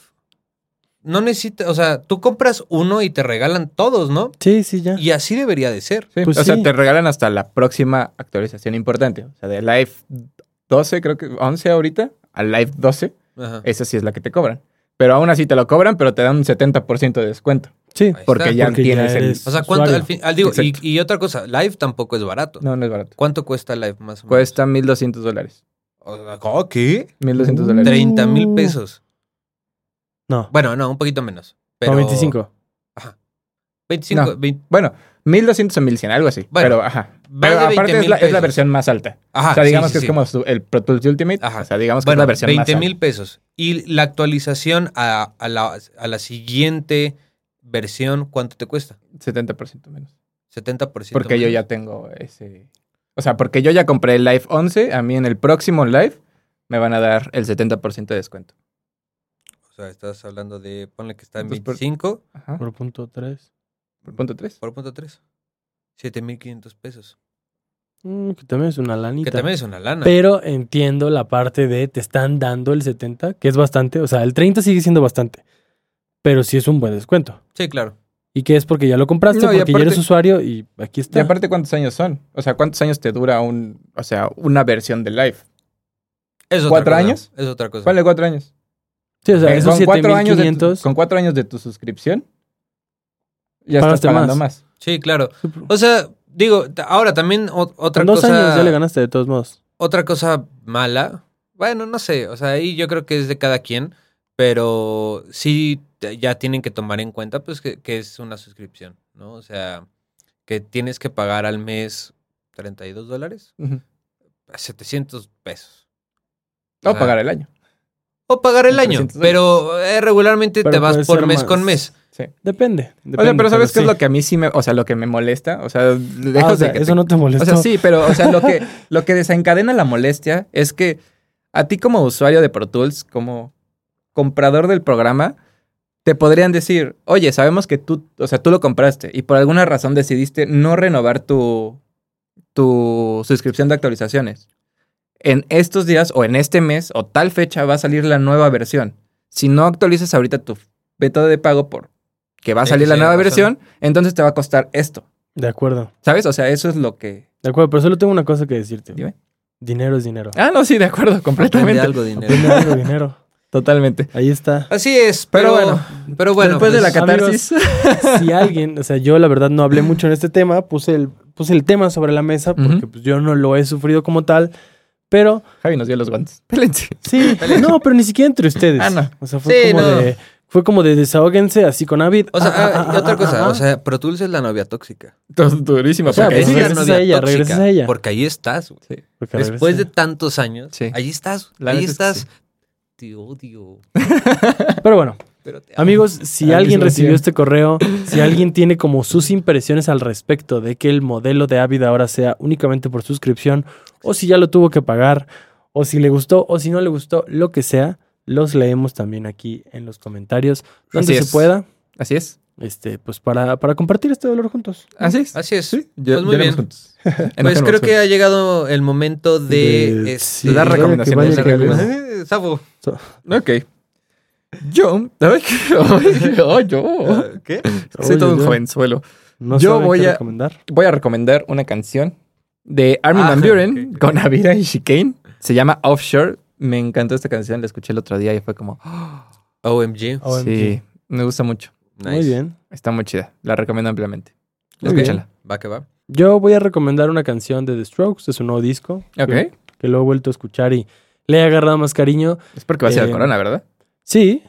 [SPEAKER 1] no necesita, o sea, tú compras uno y te regalan todos, ¿no?
[SPEAKER 3] Sí, sí, ya.
[SPEAKER 1] Y así debería de ser.
[SPEAKER 2] Sí,
[SPEAKER 3] Pues
[SPEAKER 2] o sea,
[SPEAKER 3] sí.
[SPEAKER 2] te regalan hasta la próxima actualización importante. O sea, de Live 12, creo que 11 ahorita, a Live 12,
[SPEAKER 1] Ajá.
[SPEAKER 2] esa sí es la que te cobran. Pero aún así te lo cobran, pero te dan un 70% de descuento.
[SPEAKER 3] Sí.
[SPEAKER 1] Ahí
[SPEAKER 2] Porque
[SPEAKER 1] está.
[SPEAKER 2] ya
[SPEAKER 3] Porque ya
[SPEAKER 2] tienes el...
[SPEAKER 3] eres-
[SPEAKER 1] O sea, ¿cuánto
[SPEAKER 3] usuario.
[SPEAKER 1] al fin- al- digo, y,
[SPEAKER 2] Exacto.
[SPEAKER 1] y otra cosa, Live tampoco es barato.
[SPEAKER 2] No, no es barato.
[SPEAKER 1] ¿Cuánto cuesta Live más o menos?
[SPEAKER 2] Cuesta 1.200 dólares.
[SPEAKER 1] O sea, ¿cómo? ¿Qué?
[SPEAKER 2] 1.200
[SPEAKER 3] Uh,
[SPEAKER 2] dólares.
[SPEAKER 1] 30 mil pesos.
[SPEAKER 3] No,
[SPEAKER 1] Bueno, no, un poquito menos. Pero...
[SPEAKER 3] no, 25.
[SPEAKER 1] Ajá. 25,
[SPEAKER 2] No.
[SPEAKER 1] 20
[SPEAKER 2] Bueno, 1.200 a 1.100, algo así.
[SPEAKER 1] Bueno,
[SPEAKER 2] pero, ajá.
[SPEAKER 1] va
[SPEAKER 2] Pero
[SPEAKER 1] de
[SPEAKER 2] aparte es
[SPEAKER 1] 20,000
[SPEAKER 2] la, es la
[SPEAKER 1] pesos.
[SPEAKER 2] versión más alta.
[SPEAKER 1] Ajá,
[SPEAKER 2] o sea,
[SPEAKER 1] sí,
[SPEAKER 2] digamos
[SPEAKER 1] sí,
[SPEAKER 2] que
[SPEAKER 1] sí.
[SPEAKER 2] es como su- el Pro Tools Ultimate.
[SPEAKER 1] Ajá.
[SPEAKER 2] O sea, digamos que
[SPEAKER 1] Bueno,
[SPEAKER 2] es la versión más
[SPEAKER 1] 20
[SPEAKER 2] alta.
[SPEAKER 1] mil pesos. Y la actualización a, a la, a la siguiente versión, ¿cuánto te cuesta?
[SPEAKER 2] 70% menos.
[SPEAKER 1] 70%.
[SPEAKER 2] Porque yo
[SPEAKER 1] menos.
[SPEAKER 2] ya tengo ese. O sea, porque yo ya compré el Live 11. A mí en el próximo Live me van a dar el 70% de descuento.
[SPEAKER 1] O sea, estás hablando de, ponle que está en
[SPEAKER 2] Dos por-
[SPEAKER 1] 25
[SPEAKER 2] Ajá.
[SPEAKER 3] Por punto 3.
[SPEAKER 2] Por punto 3.
[SPEAKER 1] por punto 3. 7.500 pesos.
[SPEAKER 3] Mm, que también es una
[SPEAKER 1] Que
[SPEAKER 3] lanita.
[SPEAKER 1] también es una lana.
[SPEAKER 3] Pero entiendo la parte de te están dando el 70, que es bastante. O sea, el 30 sigue siendo bastante. Pero sí es un buen descuento.
[SPEAKER 1] Sí, claro.
[SPEAKER 3] Y que es porque ya lo compraste,
[SPEAKER 2] No, y
[SPEAKER 3] porque ya eres
[SPEAKER 2] aparte-
[SPEAKER 3] usuario y aquí
[SPEAKER 2] Y
[SPEAKER 3] está.
[SPEAKER 2] aparte, ¿cuántos años son? O sea, ¿cuántos años te dura un, o sea, una versión de Live?
[SPEAKER 1] Es otra
[SPEAKER 2] ¿Cuatro
[SPEAKER 1] cosa,
[SPEAKER 2] años?
[SPEAKER 1] Es otra cosa.
[SPEAKER 2] Ponle cuatro años.
[SPEAKER 3] sí, o sea,
[SPEAKER 2] Eh,
[SPEAKER 3] esos
[SPEAKER 2] cuatro años de tu-
[SPEAKER 3] 7500.
[SPEAKER 2] con cuatro años de tu suscripción, ya
[SPEAKER 3] Pagaste
[SPEAKER 2] estás pagando más.
[SPEAKER 1] Sí, claro. O sea, digo, ta- ahora también o- otra
[SPEAKER 3] Con dos
[SPEAKER 1] cosa.
[SPEAKER 3] años ya le ganaste de todos modos.
[SPEAKER 1] Otra cosa mala. Bueno, no sé. O sea, ahí yo creo que es de cada quien. Pero sí te- ya tienen que tomar en cuenta, pues, que, que es una suscripción, ¿no? O sea, que tienes que pagar al mes 32 dólares,
[SPEAKER 2] Ujú.
[SPEAKER 1] 700 pesos.
[SPEAKER 2] O
[SPEAKER 1] sea,
[SPEAKER 2] pagar el año.
[SPEAKER 1] O pagar el
[SPEAKER 2] En
[SPEAKER 1] año,
[SPEAKER 2] 300
[SPEAKER 1] pero eh, regularmente te
[SPEAKER 3] Pero
[SPEAKER 1] vas
[SPEAKER 3] puede
[SPEAKER 1] por
[SPEAKER 3] ser
[SPEAKER 1] mes
[SPEAKER 3] más.
[SPEAKER 1] con
[SPEAKER 3] *laughs*
[SPEAKER 1] mes.
[SPEAKER 2] Sí.
[SPEAKER 3] Depende.
[SPEAKER 2] o sea,
[SPEAKER 3] depende,
[SPEAKER 2] pero ¿sabes qué
[SPEAKER 3] sí.
[SPEAKER 2] es lo que a mí sí me, o sea, lo que me molesta? O sea,
[SPEAKER 3] Ah,
[SPEAKER 2] dejo
[SPEAKER 3] o sea,
[SPEAKER 2] de que
[SPEAKER 3] eso
[SPEAKER 2] te-
[SPEAKER 3] no te molesta.
[SPEAKER 2] O sea, sí, pero o sea,
[SPEAKER 1] *laughs*
[SPEAKER 2] lo que, lo que desencadena la molestia es que a ti como usuario de Pro Tools, como comprador del programa, te podrían decir, oye, sabemos que tú, o sea, tú lo compraste y por alguna razón decidiste no renovar tu, tu suscripción de actualizaciones. En estos días o en este mes o tal fecha va a salir la nueva versión. Si no actualizas ahorita tu método de pago por que va a
[SPEAKER 1] Sí,
[SPEAKER 2] salir
[SPEAKER 1] sí,
[SPEAKER 2] la nueva
[SPEAKER 1] razón.
[SPEAKER 2] versión, entonces te va a costar esto.
[SPEAKER 3] De acuerdo.
[SPEAKER 2] ¿Sabes? O sea, eso es lo que...
[SPEAKER 3] De acuerdo, pero solo tengo una cosa que decirte.
[SPEAKER 2] Dime.
[SPEAKER 3] Dinero es dinero.
[SPEAKER 2] Ah, no, sí, de acuerdo,
[SPEAKER 1] Aprende
[SPEAKER 2] completamente.
[SPEAKER 1] algo, dinero.
[SPEAKER 2] *laughs*
[SPEAKER 3] Aprende algo de dinero.
[SPEAKER 2] Totalmente.
[SPEAKER 3] Ahí está.
[SPEAKER 1] Así es, pero,
[SPEAKER 2] Pero
[SPEAKER 1] bueno.
[SPEAKER 2] bueno,
[SPEAKER 1] Pero bueno,
[SPEAKER 2] Después de la
[SPEAKER 1] pues,
[SPEAKER 2] catarsis.
[SPEAKER 3] Si alguien, o sea, yo la verdad no hablé mucho en este tema, puse el, puse el tema sobre la mesa porque
[SPEAKER 2] Ujú.
[SPEAKER 3] pues, yo no lo he sufrido como tal, pero
[SPEAKER 2] *laughs* Javi nos dio los guantes. Pélense.
[SPEAKER 3] sí, no, pero ni siquiera entre ustedes.
[SPEAKER 2] Ah, no.
[SPEAKER 3] O sea, fue
[SPEAKER 1] Sí,
[SPEAKER 3] como
[SPEAKER 1] no.
[SPEAKER 3] de fue como de desahóguense así con Avid.
[SPEAKER 1] O sea,
[SPEAKER 3] Ah, ah,
[SPEAKER 1] ah, y
[SPEAKER 3] ah,
[SPEAKER 1] otra
[SPEAKER 3] ah,
[SPEAKER 1] cosa,
[SPEAKER 3] ah,
[SPEAKER 1] o sea, Pro Tools es la novia tóxica.
[SPEAKER 2] Durísima.
[SPEAKER 3] O sea,
[SPEAKER 2] porque
[SPEAKER 3] pues
[SPEAKER 2] ahí
[SPEAKER 3] sí,
[SPEAKER 1] es la
[SPEAKER 3] regresas
[SPEAKER 1] novia
[SPEAKER 3] a ella,
[SPEAKER 1] tóxica,
[SPEAKER 3] regresas a ella.
[SPEAKER 1] Porque ahí estás, güey.
[SPEAKER 2] sí.
[SPEAKER 3] porque
[SPEAKER 1] Después de
[SPEAKER 3] regresa.
[SPEAKER 1] tantos años,
[SPEAKER 2] Sí.
[SPEAKER 1] ahí estás,
[SPEAKER 2] La
[SPEAKER 1] ahí
[SPEAKER 2] neta es que
[SPEAKER 1] estás.
[SPEAKER 2] sí.
[SPEAKER 1] Te odio.
[SPEAKER 3] Pero bueno,
[SPEAKER 1] Pero te amo.
[SPEAKER 3] amigos, si
[SPEAKER 2] Al
[SPEAKER 3] alguien
[SPEAKER 2] mismo
[SPEAKER 3] recibió
[SPEAKER 2] tiempo. *clears throat*
[SPEAKER 3] este correo, si alguien tiene como sus impresiones al respecto de que el modelo de Avid ahora sea únicamente por suscripción, o si ya lo tuvo que pagar, o si le gustó, o si no le gustó, lo que sea, los leemos también aquí en los comentarios, donde
[SPEAKER 2] Así
[SPEAKER 3] se
[SPEAKER 2] es.
[SPEAKER 3] pueda,
[SPEAKER 2] Así es.
[SPEAKER 3] este, pues para, para compartir este dolor juntos.
[SPEAKER 2] Así es.
[SPEAKER 1] Así es.
[SPEAKER 2] Sí. Ya-
[SPEAKER 1] Pues muy
[SPEAKER 2] ya veremos
[SPEAKER 1] bien. *laughs*
[SPEAKER 2] juntos. En
[SPEAKER 1] Pues
[SPEAKER 2] enfermos,
[SPEAKER 1] creo que
[SPEAKER 2] juntos.
[SPEAKER 1] ha llegado el momento de,
[SPEAKER 3] De-
[SPEAKER 1] este,
[SPEAKER 3] sí,
[SPEAKER 2] dar
[SPEAKER 3] vaya que
[SPEAKER 2] recomendaciones,
[SPEAKER 3] vaya que
[SPEAKER 2] dar
[SPEAKER 3] vaya.
[SPEAKER 2] recomendaciones.
[SPEAKER 1] Eh, Sabo.
[SPEAKER 2] Ok. Yo. Ay, *laughs* qué- ay, ay,
[SPEAKER 3] Oh.
[SPEAKER 2] yo.
[SPEAKER 1] ah, ¿Qué?
[SPEAKER 2] Soy
[SPEAKER 3] Oye,
[SPEAKER 2] todo un
[SPEAKER 3] yo-
[SPEAKER 2] jovenzuelo.
[SPEAKER 3] No
[SPEAKER 2] Yo
[SPEAKER 3] saben
[SPEAKER 2] voy
[SPEAKER 3] qué
[SPEAKER 2] a-
[SPEAKER 3] recomendar.
[SPEAKER 2] Voy a recomendar una canción de Armin
[SPEAKER 1] Ah,
[SPEAKER 2] Van Buren
[SPEAKER 1] ok, ok.
[SPEAKER 2] con Avira y Chicane. Se llama Offshore. Me encantó esta canción. La escuché el otro día y fue como.
[SPEAKER 1] Ah, OMG.
[SPEAKER 3] OMG.
[SPEAKER 2] Sí, me gusta mucho.
[SPEAKER 1] Nice.
[SPEAKER 3] Ah, Muy bien.
[SPEAKER 2] Está muy chida. La recomiendo ampliamente.
[SPEAKER 3] Muy
[SPEAKER 2] Escúchala.
[SPEAKER 1] Va que va.
[SPEAKER 3] Yo voy a recomendar una canción de The Strokes, de su nuevo disco. que-
[SPEAKER 2] Ok.
[SPEAKER 3] que lo he vuelto a escuchar y le he agarrado más cariño.
[SPEAKER 2] Es porque va a ser
[SPEAKER 3] Eh,
[SPEAKER 2] el corona, ¿verdad?
[SPEAKER 3] Sí,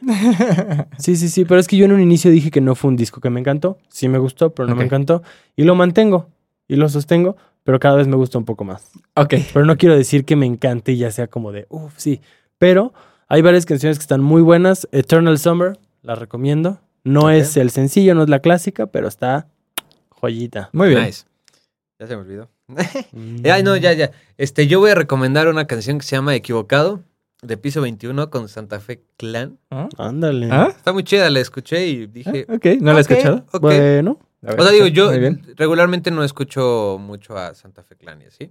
[SPEAKER 3] sí, sí, sí, pero es que yo en un inicio dije que no fue un disco que me encantó, sí me gustó, pero no me
[SPEAKER 2] Ok.
[SPEAKER 3] encantó, y lo mantengo, y lo sostengo, pero cada vez me gusta un poco más.
[SPEAKER 2] Ok.
[SPEAKER 3] Pero no quiero decir que me encante y ya sea como de, uff, sí, pero hay varias canciones que están muy buenas, Eternal Summer, la recomiendo, no
[SPEAKER 1] Ok.
[SPEAKER 3] es el sencillo, no es la clásica, pero está joyita.
[SPEAKER 2] Muy bien.
[SPEAKER 1] Nice. Ya se me olvidó.
[SPEAKER 3] Mm.
[SPEAKER 1] *laughs*
[SPEAKER 2] Eh,
[SPEAKER 1] Ay, no, ya, ya. Este, yo voy a recomendar una canción que se llama Equivocado, de piso 21 con Santa Fe Clan.
[SPEAKER 3] Ándale.
[SPEAKER 2] ¿Ah?
[SPEAKER 1] Está muy chida, la escuché y dije.
[SPEAKER 2] Ok, ¿no la he
[SPEAKER 1] "Ok,
[SPEAKER 2] escuchado?
[SPEAKER 1] ok".
[SPEAKER 3] Bueno,
[SPEAKER 2] A ver,
[SPEAKER 1] O sea, digo, yo
[SPEAKER 2] Muy bien.
[SPEAKER 1] regularmente no escucho mucho a Santa Fe Clan y así.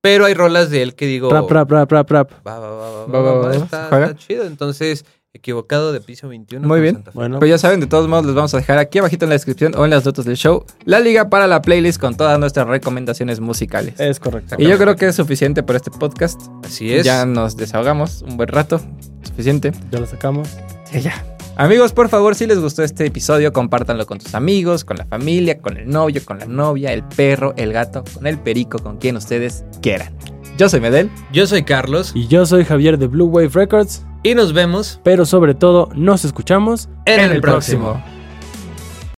[SPEAKER 1] Pero hay rolas de él que digo.
[SPEAKER 3] rap, rap, rap, rap, rap.
[SPEAKER 1] Va, va, va, va,
[SPEAKER 2] Va,
[SPEAKER 1] va,
[SPEAKER 2] va,
[SPEAKER 1] va,
[SPEAKER 2] va,
[SPEAKER 1] está,
[SPEAKER 2] juega.
[SPEAKER 1] está chido. Entonces, equivocado de piso 21.
[SPEAKER 2] Muy
[SPEAKER 1] con
[SPEAKER 2] bien.
[SPEAKER 1] Santa Fe.
[SPEAKER 3] Bueno,
[SPEAKER 2] Pero ya saben, de todos modos les vamos a dejar aquí abajito en la descripción o en las notas del show la liga para la playlist con todas nuestras recomendaciones musicales.
[SPEAKER 3] es correcto.
[SPEAKER 2] y yo creo que es suficiente por este podcast.
[SPEAKER 1] Así es.
[SPEAKER 2] Ya nos desahogamos un buen rato. Suficiente.
[SPEAKER 3] Ya lo sacamos.
[SPEAKER 2] Sí, ya. Amigos, por favor, si les gustó este episodio, compártanlo con tus amigos, con la familia, con el novio, con la novia, el perro, el gato, con el perico, con quien ustedes quieran. Yo soy Medel.
[SPEAKER 1] Yo soy Carlos
[SPEAKER 3] Y yo soy Javier de Blue Wave Records,
[SPEAKER 1] y nos vemos
[SPEAKER 3] pero sobre todo nos escuchamos
[SPEAKER 1] en, el próximo.
[SPEAKER 2] próximo.